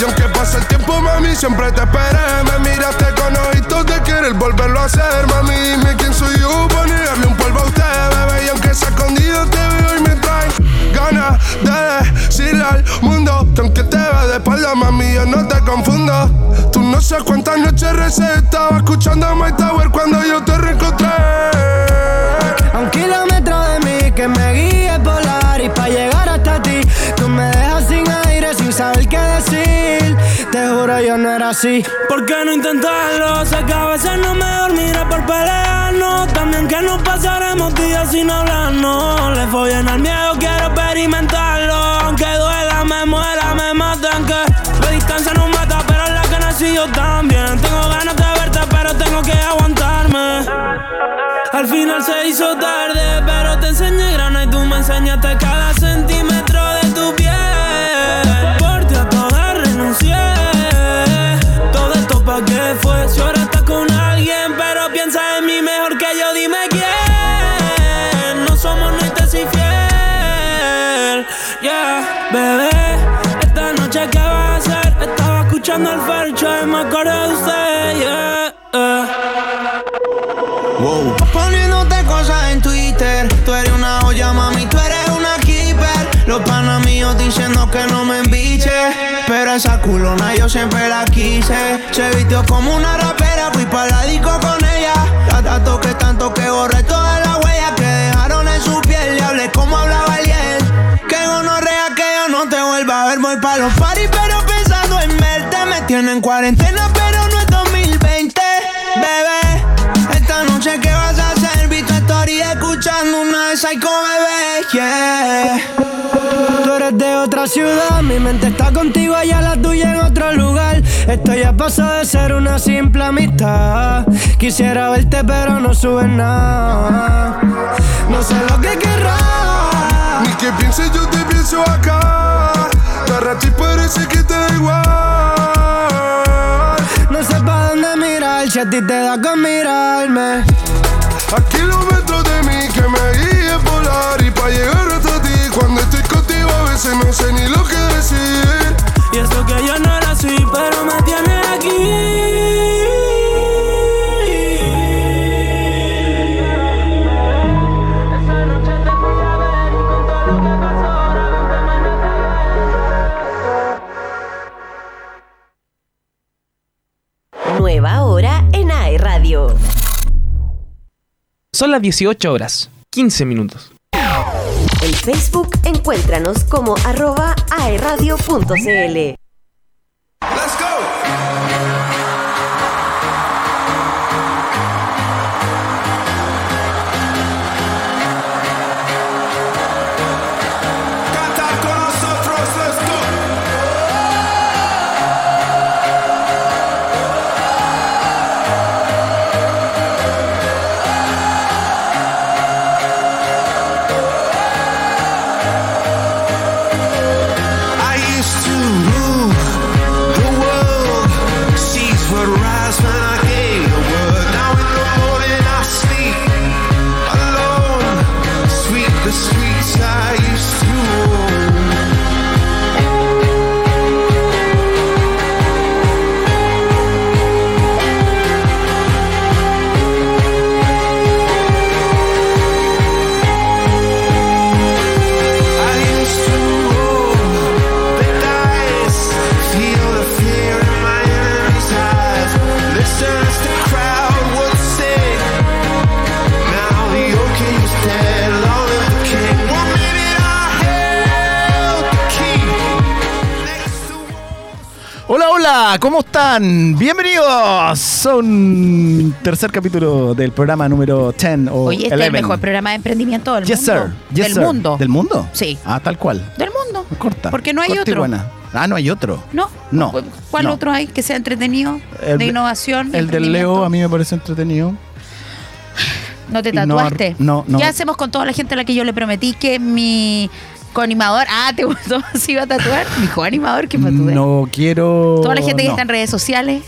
Y aunque pase el tiempo mami siempre te esperé Me miraste con ojitos de querer volverlo a hacer Mami dime quién soy yo Ponerle un polvo a usted bebé Y aunque sea escondido te veo y me trae ganas de decirle al mundo que aunque te vea de espalda, mami, yo no te confundo. Tú no sabes cuántas noches recé, estaba escuchando a My Tower cuando yo te reencontré.
A un kilómetro de mí que me guíe polar y para llegar hasta ti tú me dejas sin aire sin saber qué decir. Te juro yo no era así.
¿Por qué no intentarlo? Sé que a veces no me dormiré por pelearnos. También que no pasaremos días sin hablarnos. Le follen al miedo, quiero experimentarlo. Aunque duela, me muera, me matan. Que la distancia nos mata, pero la que nací yo también. Tengo ganas de verte, pero tengo que aguantarme. Al final se hizo tarde, pero te enseñé grana y tú me enseñaste cada centímetro de tu piel. Por ti a todas renuncié, todo esto pa' qué fue. Si ahora estás con alguien, pero piensa en mí mejor que yo, dime quién. No somos neta si fiel, yeah, bebé. Esta noche qué va a hacer, estaba escuchando el farcho y me acordé de usted, yeah. eh.
Poniéndote cosas en Twitter, tú eres una olla mami, tú eres una keeper. Los panas míos diciendo que no me embiche, pero esa culona yo siempre la quise. Se vistió como una rapera, fui para la disco con ella. La tanto que tanto que borré todas las huellas que dejaron en su piel. Le hablé como hablaba el él. Que gonorrea que yo no te vuelva a ver, voy para los paris, pero pensando en verte. Me tienen en cuarentena, pero no es 2020, bebé. Esta noche que vas a hacer, vi tu story escuchando una de Psycho Bebé, yeah. Tú eres de otra ciudad, mi mente está contigo allá la tuya en otro lugar. Estoy a paso de ser una simple amistad. Quisiera verte, pero no subes nada. No sé lo que querrás.
Ni que piense yo te pienso acá Te a ti parece que te da igual
No sé pa' dónde mirar, si a ti te da con mirarme.
A kilómetros de mí que me guíe volar y pa' llegar hasta ti. Cuando estoy contigo a veces no sé ni lo que decir.
Y eso que yo no era así, pero me tiene aquí.
Nueva hora en AE Radio.
Son las 18 horas, 15 minutos.
En Facebook encuéntranos como arroba E aeradio.cl.
Cantar con nosotros esto.
nights when I gave the word. Now in the morning I sleep alone. Sweep the streets I used to own. I used to roll the dice, feel the fear in my enemies' eyes. Listen as the crowd would sing. Now the old king's dead, long live the king. One minute I held the key next to
Hola, hola, ¿cómo están? Bienvenidos a un tercer capítulo del programa número 10 o
Oye, este es el
11.
mejor programa de emprendimiento del
Oh, Yes,
mundo.
sir. Yes,
del
sir.
mundo.
¿Del mundo?
Sí.
Ah, tal cual.
Del mundo.
Corta.
Porque no hay
Corta y
otro.
buena. Ah, no hay otro.
No.
No,
¿Cuál
no.
otro hay que sea entretenido?
El
de
de-
innovación.
El del Leo a mí me parece entretenido.
No te
Innovar-
tatuaste.
no, no.
¿Qué hacemos con toda la gente a la que yo le prometí que mi coanimador. Ah, ¿te gustó? ¿Se iba a tatuar? Mi coanimador que me tatué.
Mm, No quiero.
Toda la gente que
no.
está en redes sociales.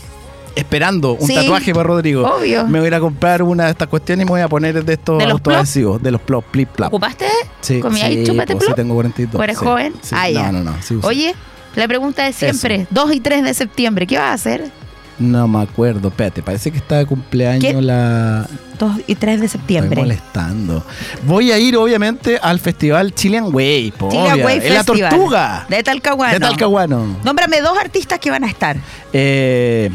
Esperando un
Sí,
tatuaje para Rodrigo.
obvio.
Me voy a ir a comprar una de estas cuestiones y me voy a poner de estos
¿De los plop?
autoadhesivos, de los plop, plip, plop.
¿Ocupaste?
Ah. Sí,
¿Comí ahí?
sí,
¿Chúpate
pues, sí,
plop?
tengo 42.
¿O eres
sí,
joven?
sí.
Ah, ya.
No, no, no. sí, sí.
Oye, la pregunta de siempre: 2 y 3 de septiembre, ¿qué vas a hacer?
No me acuerdo, espérate, parece que está de cumpleaños
¿Qué?
la...
2 y 3 de
Estoy
septiembre.
molestando. Voy a ir, obviamente, al festival Chilean Way, po,
Chile
obvia.
Way
En la
Festival.
tortuga.
De Talcahuano.
De Talcahuano.
Nómbrame dos artistas que van a estar.
Eh,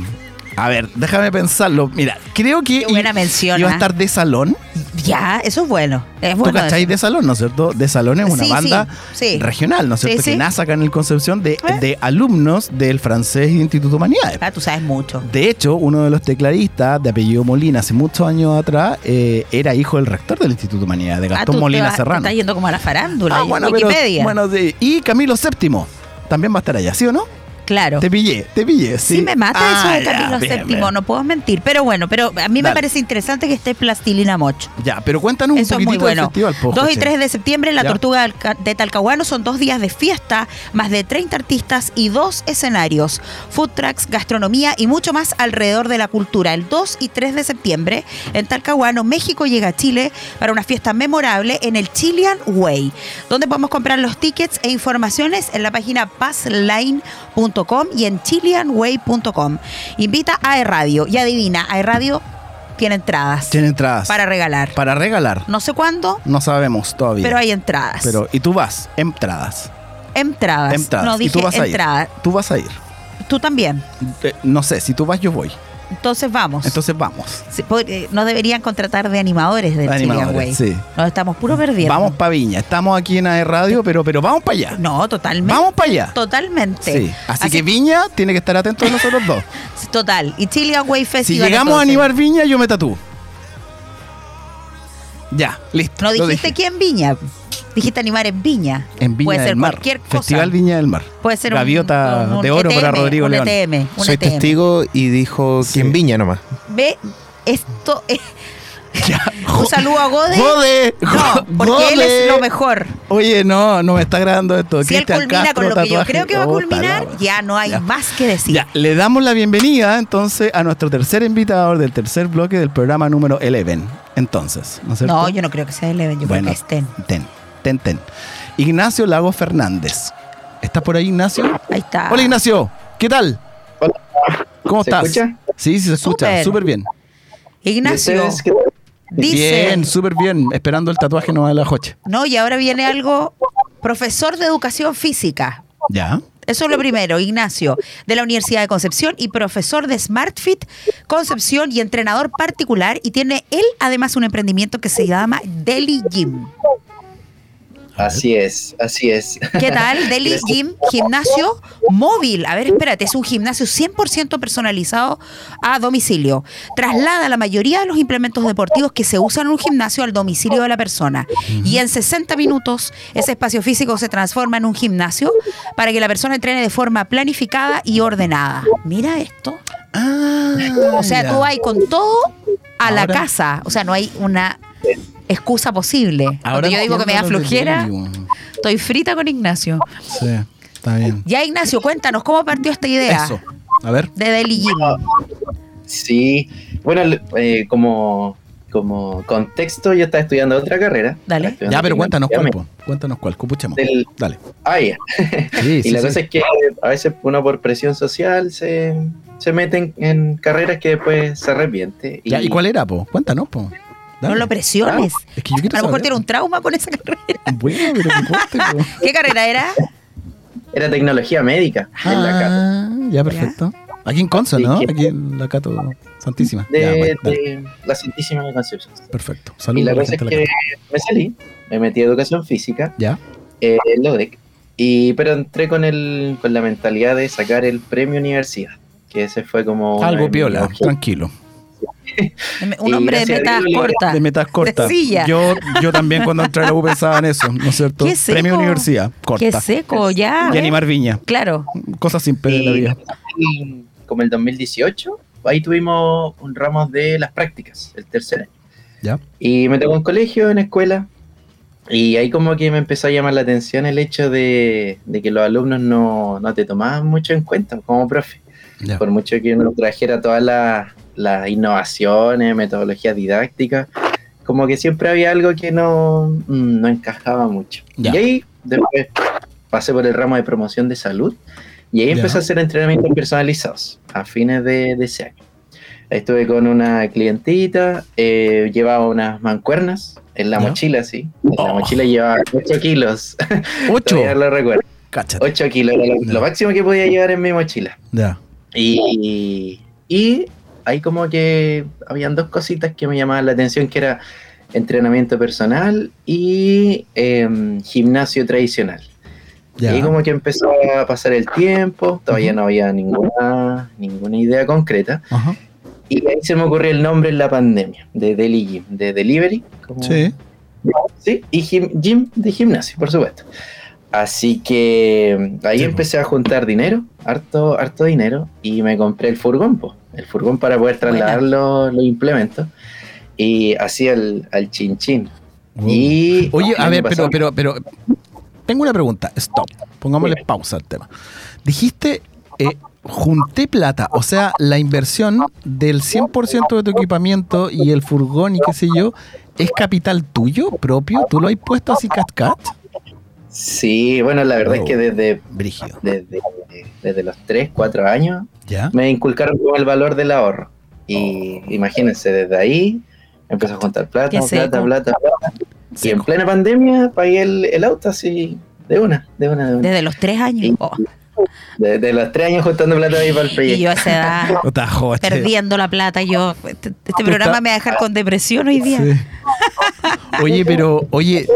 a ver, déjame pensarlo. Mira, creo que
Qué buena
i-
mención,
iba a
¿ah?
estar de salón.
Ya, eso es bueno. Es
¿Tú
bueno.
cacháis de salón, no es cierto? De salón es una
Sí,
banda
sí, sí.
regional, ¿no es
Sí,
cierto?
sí.
Que nace acá en el Concepción de,
¿Eh?
de alumnos del francés y de Instituto de Humanidades.
Ah, tú sabes mucho.
De hecho, uno de los tecladistas de apellido Molina hace muchos años atrás eh, era hijo del rector del Instituto de Humanidades, de
Ah, tú
Gastón
te
Molina
vas- te
Serrano.
Estás yendo como a la farándula.
Ah,
y
bueno, pero-
Wikipedia.
bueno, sí. y Camilo VII también va a estar allá, ¿sí o no?
claro.
Te pillé, te pillé. Sí,
Oh. Sí, me mata eso
Ah,
de
ya,
Camilo
bien,
VII,
bien.
no puedo mentir. Pero bueno, pero a mí me
Dale.
parece interesante que esté Plastilina Mocho.
Ya, pero cuéntanos un
Eso es
poquitito
muy bueno.
del festival, po,
2 y
José.
3 de septiembre en la
Ya.
Tortuga del Ca- de Talcahuano son dos días de fiesta, más de 30 artistas y dos escenarios, food trucks, gastronomía y mucho más alrededor de la cultura. El 2 y 3 de septiembre en Talcahuano, México llega a Chile para una fiesta memorable en el Chilean Way, donde podemos comprar los tickets e informaciones en la página passline.com y en chileanway.com. Invita a Radio y adivina, a Radio tiene entradas
Tiene entradas.
para regalar.
Para regalar.
No sé cuándo,
No sabemos todavía.
pero hay entradas.
Pero- y tú vas, entradas.
entradas.
Entradas.
No
y
dije
tú vas
entrada.
a ir. Tú vas a ir.
Tú también.
Eh, no sé, si tú vas, yo voy.
Entonces vamos.
Entonces vamos.
Sí, po- eh, no deberían contratar de animadores del
Animadores,
Chilean Way.
sí.
Nos estamos puro perdiendo.
Vamos para Viña. Estamos aquí en AE Radio, pero, pero vamos para allá.
No, totalmente.
Vamos para allá.
Totalmente.
Sí. Así, que Viña tiene que estar atento de nosotros dos.
Total. Y Chilean Way
si
Festival.
llegamos a
entonces.
animar Viña, yo me tatúo. Ya, listo.
No
lo
dijiste
dije.
que en Viña. Dijiste animar en Viña.
En Viña
Puede
del
ser
Mar.
cualquier cosa.
Festival Viña del Mar.
Puede ser un-
Gaviota
un, un
de oro para
ETM,
Rodrigo
un E
León.
ETM, un
Soy
ETM.
testigo y dijo
Sí.
que en Viña nomás.
Ve, esto es.
Ya.
Un saludo a Gode.
Gode.
No, porque él
Gode.
es lo mejor.
Oye, no, no me está grabando esto.
Si él
Cristian
culmina
Castro,
con lo que yo
este tatuaje.
creo que va a
Oh,
culminar,
talaba.
ya no hay
Ya.
más que decir.
Ya, le damos la bienvenida entonces a nuestro tercer invitador del tercer bloque del programa número 11. Entonces, ¿no es cierto?
No, yo no creo que sea Eleven, yo
Bueno,
creo que estén.
Ten, ten, ten. Ignacio Lago Fernández. ¿Estás por ahí, Ignacio?
Ahí está.
Hola, Ignacio. ¿Qué tal?
Hola.
¿Cómo
¿Se
estás?
escucha?
Sí, sí, se escucha.
Súper.
Súper bien.
¿Y
Ignacio
ustedes qué?
dice.
Bien, súper bien. Esperando el tatuaje no de la Joche.
No, y ahora viene algo. Profesor de educación física.
Ya.
Eso es lo primero, Ignacio, de la Universidad de Concepción y profesor de SmartFit Concepción y entrenador particular. Y tiene él además un emprendimiento que se llama Deli Gym.
Así es, así es.
¿Qué tal? Deli Gym, gimnasio móvil. A ver, espérate, es un gimnasio 100% personalizado a domicilio. Traslada la mayoría de los implementos deportivos que se usan en un gimnasio al domicilio de la persona. Y en 60 minutos ese espacio físico se transforma en un gimnasio para que la persona entrene de forma planificada y ordenada. Mira esto.
Ah,
O sea,
ya.
tú vas con todo a la
Ahora-
casa. O sea, no hay una excusa posible. Cuando
Ahora
yo digo que me da
entiendo lo de
flojera,
Deli.
estoy frita con Ignacio.
Sí, está bien.
Ya, Ignacio, cuéntanos, ¿cómo partió esta idea
Eso. A ver.
de Deli Gym?
Sí, bueno, eh, como, como contexto, yo estaba estudiando otra carrera.
Dale.
Ya, pero cuéntanos cuál, po. cuéntanos cuál, cupuchamos.
Del-
Dale.
Ah, ya.
Sí,
y
sí,
la
sí.
cosa es que a veces uno por presión social se, se mete en, en carreras que después se arrepiente.
Ya, ¿Y cuál era, po? Cuéntanos, po.
No lo presiones.
Es que yo
A
quiero
lo mejor
saber.
tiene un trauma con esa carrera.
Bueno, pero que cuente, po.
¿Qué carrera era?
Era tecnología médica en la Cato.
Ah, ya, perfecto. Aquí en Conso,
Así
¿no?
que-
Aquí en la Cato Santísima.
de,
Ya, bueno, dale.
de la Santísima Concepción.
Perfecto.
Y
Saludos
la
a la
cosa es
gente de la
que me salí, me metí a educación física,
Cato. Ya.
eh, en LODEC, y, pero entré con, el, con la mentalidad de sacar el premio universidad, que ese fue como... uno de
Ah, Algo
mis
piola,
objetivos.
tranquilo.
Un
Y
hombre de
gracias a
metas
Dios,
cortas.
De metas cortas.
silla.
Yo, yo también cuando entré a la U pensaba en eso, ¿no es cierto?
Qué seco.
Premio Universidad, corta.
Qué seco, ya.
y
¿eh?
animar viña.
Claro.
Cosas simples de la
Y
vida.
en- como el 2018, ahí tuvimos un ramo de las prácticas, el tercer año.
Ya.
Y me tocó en colegio, en escuela, y ahí como que me empezó a llamar la atención el hecho de, de que los alumnos no, no te tomaban mucho en cuenta como profe.
Ya.
Por mucho que uno trajera todas las, las innovaciones, metodologías didácticas, como que siempre había algo que no, mm, no encajaba mucho.
Ya.
Y ahí después pasé por el ramo de promoción de salud y ahí
Ya.
empecé a hacer entrenamientos personalizados a fines de, de ese año. Ahí Estuve con una clientita, eh, llevaba unas mancuernas en la
Ya.
mochila, sí. En la
Oh.
mochila llevaba 8 kilos.
Ocho.
Todavía lo recuerdo.
Cáchate.
8 kilos era lo-
Ya.
lo máximo que podía llevar en mi mochila.
Ya.
Y, y ahí como que habían dos cositas que me llamaban la atención, que era entrenamiento personal y em, gimnasio tradicional.
Ya.
Y ahí como que empezó a pasar el tiempo, todavía no había ninguna, ninguna idea concreta.
Ajá.
Y ahí se me ocurrió el nombre en la pandemia, de Deli Gym, de Delivery. como-
Sí.
Sí, y gim- gym de gimnasio, por supuesto. Así que mm, ahí
Sí, po.
empecé a juntar dinero, harto, harto dinero, y me compré el furgón, po, el furgón para poder trasladar los, los implementos. Y así al, al chin chin. Y,
Oye, a
el
ver,
año
pero,
pasado-
pero, pero. Tengo una pregunta. Stop. Pongámosle pausa al tema. Dijiste. eh, junté plata, o sea, la inversión del 100% de tu equipamiento y el furgón y qué sé yo, ¿es capital tuyo, propio? ¿Tú lo has puesto así, cat cat?
Sí, bueno, la verdad es que desde,
Brígido.
desde, desde los 3, 4 años
¿Ya?
me inculcaron como el valor del ahorro. Y imagínense, desde ahí empecé a juntar plata,
Oh. Qué
plata,
seco.
plata, Y en
Seco.
plena pandemia pagué el, el auto así, de una, de una, de una.
Desde los tres años. Oh.
De, de los tres años juntando plata ahí para el
Y yo
proyecto.
a esa edad,
No te jodas, che.
perdiendo la plata, yo. Este, este programa me va a dejar con depresión hoy día.
Sí. Oye, pero, oye,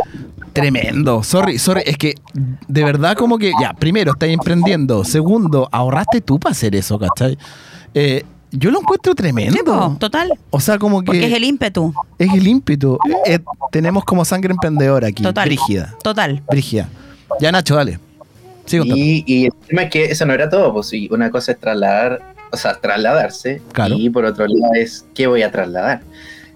tremendo. Sorry, sorry. Es que de verdad, como que, ya, primero, estás emprendiendo. Segundo, ahorraste tú para hacer eso, ¿cachai? Eh, yo lo encuentro
Sí, po,
tremendo.
total.
O sea, como que
Porque es el ímpetu.
ímpetu. Eh, tenemos como sangre emprendedora aquí.
Total.
Brígida,
Total.
brígida. Ya, Nacho, dale. Sigo
Y, y el tema es que eso no era todo, pues y una cosa es trasladar, o sea, trasladarse,
Claro.
y por otro lado es qué voy a trasladar.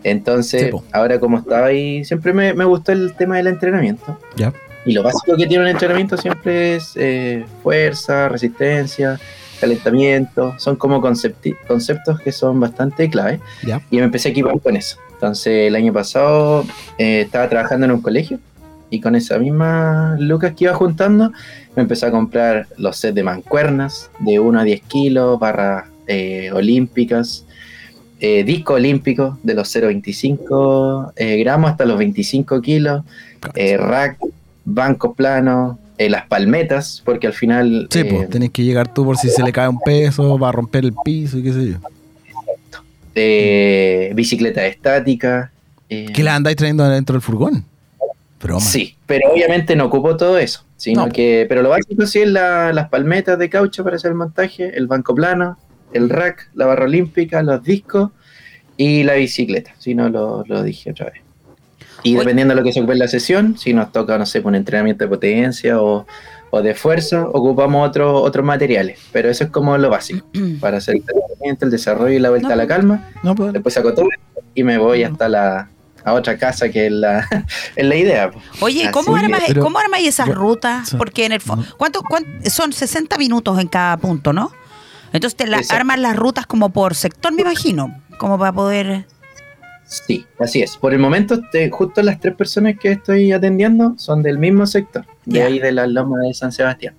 Entonces,
Sí, po.
ahora como estaba ahí, siempre me, me gustó el tema del entrenamiento.
Ya.
Y lo básico que tiene un entrenamiento siempre es eh, fuerza, resistencia, calentamiento. Son como concepti- conceptos que son bastante clave.
Ya.
Y me empecé a equipar con eso. Entonces, el año pasado eh, estaba trabajando en un colegio y con esa misma lucas que iba juntando, me empecé a comprar los sets de mancuernas de 1 a 10 kilos, barras eh, olímpicas, eh, disco olímpico de los 0,25 eh, gramos hasta los 25 kilos eh, rack, banco plano, eh, las palmetas, porque al final
Sí,
eh,
pues, tenés que llegar tú por si se le cae un peso, va a romper el piso y qué sé yo.
eh, bicicleta estática. eh,
¿Qué la andáis trayendo adentro del furgón? Broma.
Sí, pero obviamente no ocupo todo eso, sino
No.
que, pero lo básico sí es la- las palmetas de caucho para hacer el montaje, el banco plano, el rack, la barra olímpica, los discos y la bicicleta, si no lo, lo dije otra vez. Y dependiendo de lo que se ocupe en la sesión, si nos toca, no sé, pues, un entrenamiento de potencia o, o de fuerza, ocupamos otro- otros materiales, pero eso es como lo básico, para hacer el entrenamiento, el desarrollo y la vuelta a la calma,
No, pues,
después acostumbro y me voy hasta la a otra casa que es la, es la idea. pues. po.
Oye, ¿y
Así
¿cómo
que-
armas,
pero-
¿cómo armas esas
Bueno,
rutas?
sí.
Porque en el fondo. ¿cuánto, cuán- Son 60 minutos en cada punto, ¿no? Entonces te la,
Exacto.
armas las rutas como por sector, me imagino, como para poder...
Sí, así es. Por el momento, este, justo las tres personas que estoy atendiendo son del mismo sector,
Ya.
de ahí de la loma de San Sebastián.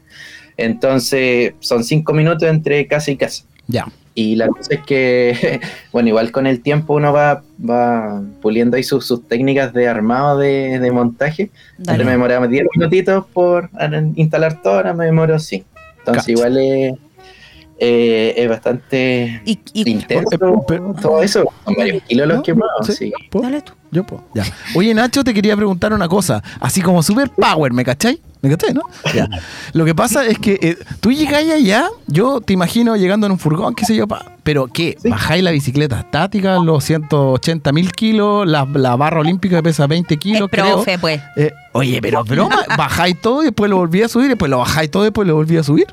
Entonces, son cinco minutos entre casa y casa.
Ya.
Y la cosa es que, bueno, igual con el tiempo uno va, va puliendo ahí sus, sus técnicas de armado, de, de montaje. Antes me
Dale.
demoraba 10 minutitos por an- instalar todo, ahora me demoro 5. Entonces,
Cacha.
igual es, eh, es bastante
Y, y- eh,
intenso
Pero- eh, pero-
todo eso. Son varios kilos los
Ah, No,
que muevo,
sí.
sí.
¿Puedo?
dale tú.
Yo puedo. Ya. Oye, Nacho, te quería preguntar una cosa. Así como super power, ¿me cachai? ¿Me cachai, no? Ya. Lo que pasa es que eh, tú llegáis allá, yo te imagino llegando en un furgón, qué sé yo, pa- pero ¿qué?
Sí.
¿Bajáis la bicicleta estática, los 180 mil kilos, la, la barra olímpica que pesa 20
El
kilos, creo?
profe, pues.
Eh, oye, pero es broma, bajáis todo y después lo volví a subir, después lo bajáis todo y después lo volví a subir.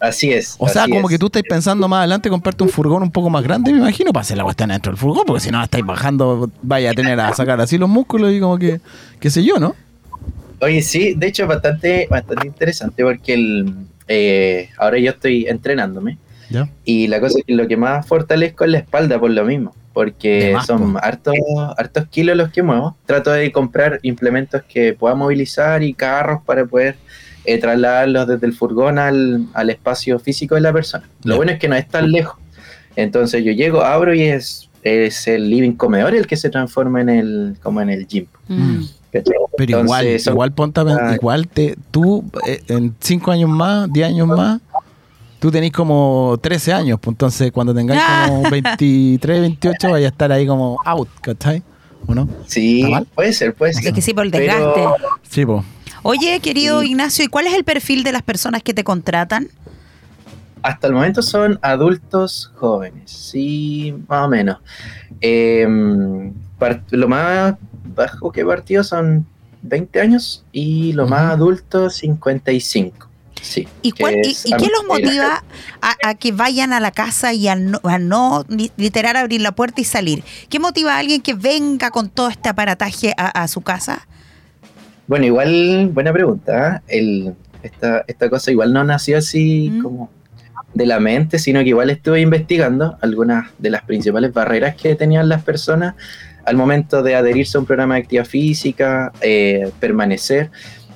Así es.
O sea,
así
como
es.
que tú estáis pensando más adelante comprarte un furgón un poco más grande, me imagino, para hacer la cuestión dentro del furgón, porque si no la estáis bajando, vaya a tener a sacar así los músculos y como que, qué sé yo, ¿no?
Oye, sí, de hecho, bastante, bastante interesante porque el, eh, ahora yo estoy entrenándome.
Ya.
Y la cosa es que lo que más fortalezco es la espalda por lo mismo,
De
porque
más,
son
po.
hartos, hartos kilos los que muevo. Trato de comprar implementos que pueda movilizar y carros para poder eh, trasladarlos desde el furgón al, al espacio físico de la persona. Lo
Ya.
bueno es que no es tan lejos. Entonces yo llego, abro y es, es el living comedor el que se transforma en el, como en el gym.
Mm.
¿cachai?
Pero igual,
Entonces, son-
igual ponte, a pen-
Ah.
igual te, tú eh, en 5 años más, 10 años más, tú tenés como 13 años, pues entonces cuando tengáis como 23, 28 vaya a estar ahí como out, ¿cachai? ¿O no?
Sí,
¿Está mal?
puede ser, puede ser.
Es que sí, por el
Pero-
desgaste.
Sí, pues.
Oye, querido
Sí.
Ignacio, ¿y cuál es el perfil de las personas que te contratan?
Hasta el momento son adultos jóvenes, sí, más o menos. Em, par- lo más bajo que he partido son 20 años y lo más adulto 55. Sí.
¿Y,
que
cuál- y-
es
y qué los
amateur.
motiva a, a que vayan a la casa y a no, a no li- literal abrir la puerta y salir? ¿Qué motiva a alguien que venga con todo este aparataje a, a su casa?
Bueno, igual, buena pregunta. ¿eh? El, esta, esta cosa igual no nació así
Mm.
como de la mente, sino que igual estuve investigando algunas de las principales barreras que tenían las personas al momento de adherirse a un programa de actividad física, eh, permanecer,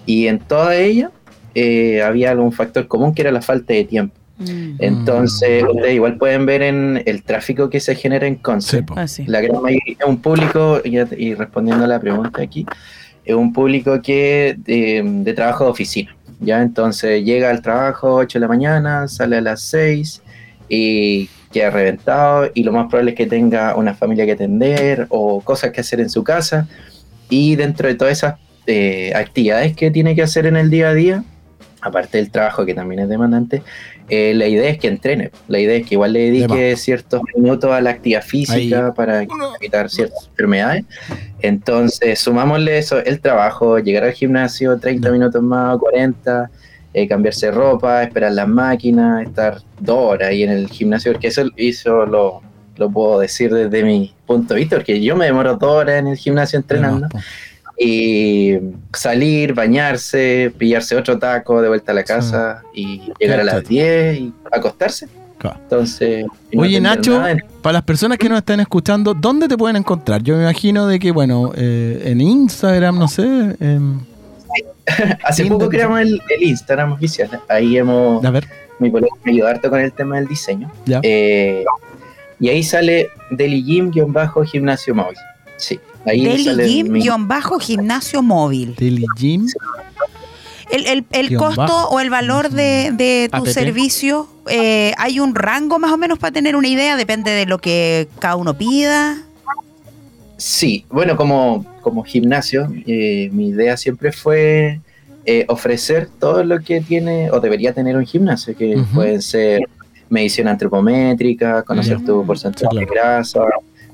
y en toda ella eh, había algún factor común que era la falta de tiempo.
Mm.
Entonces, ustedes igual pueden ver en el tráfico que se genera en
Ah,
Conce.
Sí, po.
La gran mayoría es un público, y, y respondiendo a la pregunta aquí, es un público que de, de trabajo de oficina. Ya entonces llega al trabajo 8 de la mañana, sale a las 6 y queda reventado y lo más probable es que tenga una familia que atender o cosas que hacer en su casa y dentro de todas esas eh, actividades que tiene que hacer en el día a día, aparte del trabajo que también es demandante, eh, la idea es que entrene, la idea es que igual le dedique ciertos minutos a la actividad física para evitar ciertas enfermedades. Entonces, sumámosle eso, el trabajo, llegar al gimnasio 30 minutos más, 40, eh, cambiarse de ropa, esperar las máquinas, estar dos horas ahí en el gimnasio, porque eso hizo lo, lo puedo decir desde mi punto de vista, porque yo me demoro dos horas en el gimnasio entrenando
Además,
y salir, bañarse, pillarse otro taco de vuelta a la casa y llegar a las
Exacto.
10 y acostarse.
Claro.
Entonces, y
Oye,
atender
Nacho,
nada.
para las personas que nos están escuchando, ¿dónde te pueden encontrar? Yo me imagino de que, bueno, eh, en Instagram, no sé. em,
hace poco creamos el, el Instagram oficial. Ahí hemos
a ver,
mi colega me ayudó harto con el tema del diseño.
Ya.
Eh, y ahí sale Deligym-gimnasio móvil. Sí, ahí sale mi-
Deligym-gimnasio móvil.
Deli Gym.
¿El, el- el
Guión
costo
bajo. Mm.
o el valor de, de tu
APP.
servicio? eh, ¿Hay un rango más o menos para tener una idea? Depende de lo que cada uno pida.
Sí, bueno, como, como gimnasio, eh, mi idea siempre fue eh, ofrecer todo lo que tiene o debería tener un gimnasio, que
Ujú.
pueden ser medición antropométrica, conocer
Ya.
tu porcentaje
Sí, claro.
de grasa,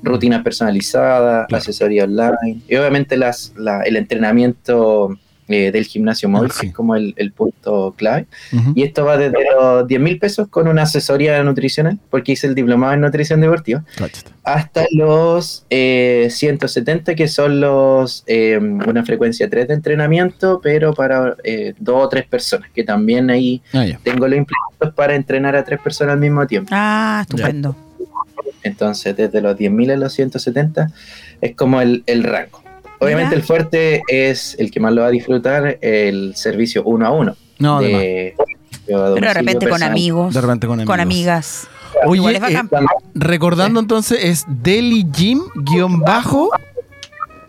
rutinas personalizadas,
Claro.
asesoría online y obviamente las, la- el entrenamiento eh, del gimnasio móvil,
sí.
que es como el, el punto clave.
Ujú.
Y esto va desde los 10 mil pesos con una asesoría nutricional, porque hice el diplomado en nutrición deportiva,
Cáchate.
hasta los eh, 170, que son los eh, una frecuencia 3 de entrenamiento, pero para eh, dos o tres personas, que también ahí
Ah, ya.
tengo los implementos para entrenar a tres personas al mismo tiempo.
Ah, estupendo.
Entonces, desde los 10.000 a los 170 es como el, el rango. Obviamente,
Mira.
el fuerte es el que más lo va a disfrutar, el servicio uno a uno.
No, además.
de- a
Pero de
domicilio
repente con
personal.
amigos,
De repente con amigos.
con amigas. Igual
Oye,
es bacán.
eh, recordando entonces, es Deli Gym guión bajo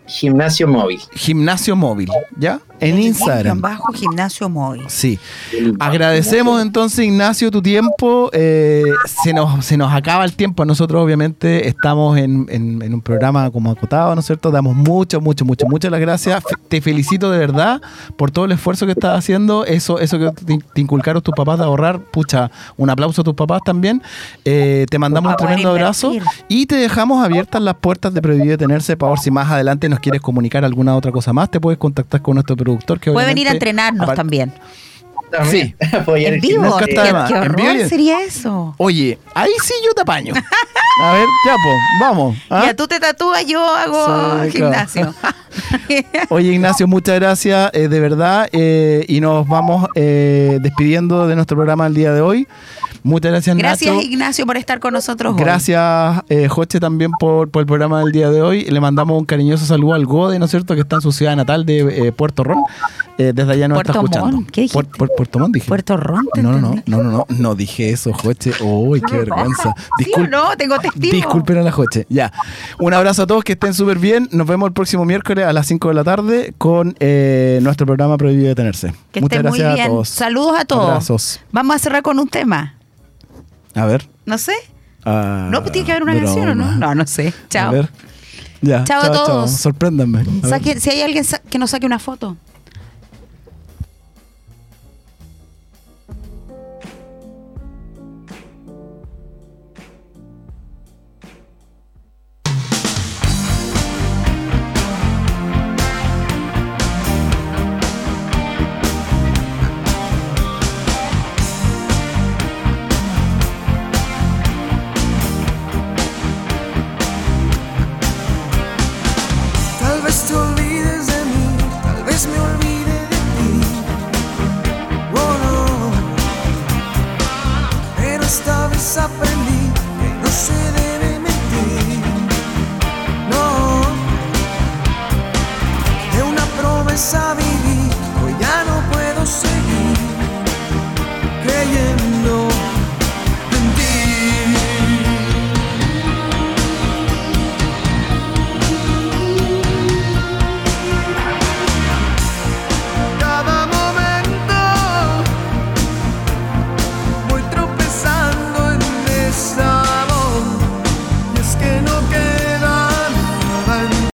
Gimnasio móvil.
gimnasio móvil, ¿ya? En
Guión
Instagram.
Bajo gimnasio móvil.
Sí. Agradecemos entonces, Ignacio, tu tiempo. Eh, se, nos, se nos acaba el tiempo. Nosotros, obviamente, estamos en, en- en un programa como acotado, ¿no es cierto? Damos mucho, mucho, mucho, muchas las gracias. Fe- Te felicito de verdad por todo el esfuerzo que estás haciendo. Eso eso que te, te inculcaron tus papás de ahorrar, pucha, un aplauso a tus papás también. Eh, te mandamos un
Para poder
tremendo abrazo
invertir.
y te dejamos abiertas las puertas de Prohibido Tenerse. Por favor, si más adelante nos quieres comunicar alguna otra cosa más, te puedes contactar con nuestro productor. Que
Puede venir a
obviamente-
entrenarnos
aparte-
también.
También apoyar
En
el
vivo.
nunca
¿Qué,
gimnasio.
está de más.
qué
En
horror
vivo.
sería eso?
Oye, ahí sí yo te apaño. A ver, ya, po, vamos. ¿ah?
Ya tú te tatúas, yo hago
Sí, claro.
gimnasio.
Oye, Ignacio, muchas gracias, eh, de verdad. eh, y nos vamos eh, despidiendo de nuestro programa el día de hoy. Muchas gracias,
Gracias,
Nacho.
Ignacio, por estar con nosotros hoy.
Gracias, eh, Joche, también por, por el programa del día de hoy. Le mandamos un cariñoso saludo al Gode, ¿no es cierto?, que está en su ciudad natal de eh, Puerto Ron. Eh, desde allá nos
Puerto
está escuchando.
Montt, ¿qué dijiste?
Puer- Puer- Puerto Montt, dije.
Puerto Ron, ¿te
no, no, no,
entendí?
no, no, no, no dije eso, Joche. Uy, qué vergüenza.
¿Sí
Disculpe.
o no? Tengo testigos.
Disculpen a la Joche. Ya. Un abrazo a todos, que estén súper bien. Nos vemos el próximo miércoles a las 5 de la tarde con eh, nuestro programa Prohibido de Tenerse.
Que
Muchas
estén muy
gracias
bien.
a todos.
Saludos a todos.
Abrazos.
Vamos a cerrar con un tema.
A ver.
No sé.
ah,
No, pues tiene que haber una
broma.
canción o no. No, no sé.
A
Chao.
ver. Ya.
Chao a todos.
Sorpréndanme. A ver.
Saquen- si hay alguien sa- que nos saque una foto.
Oh,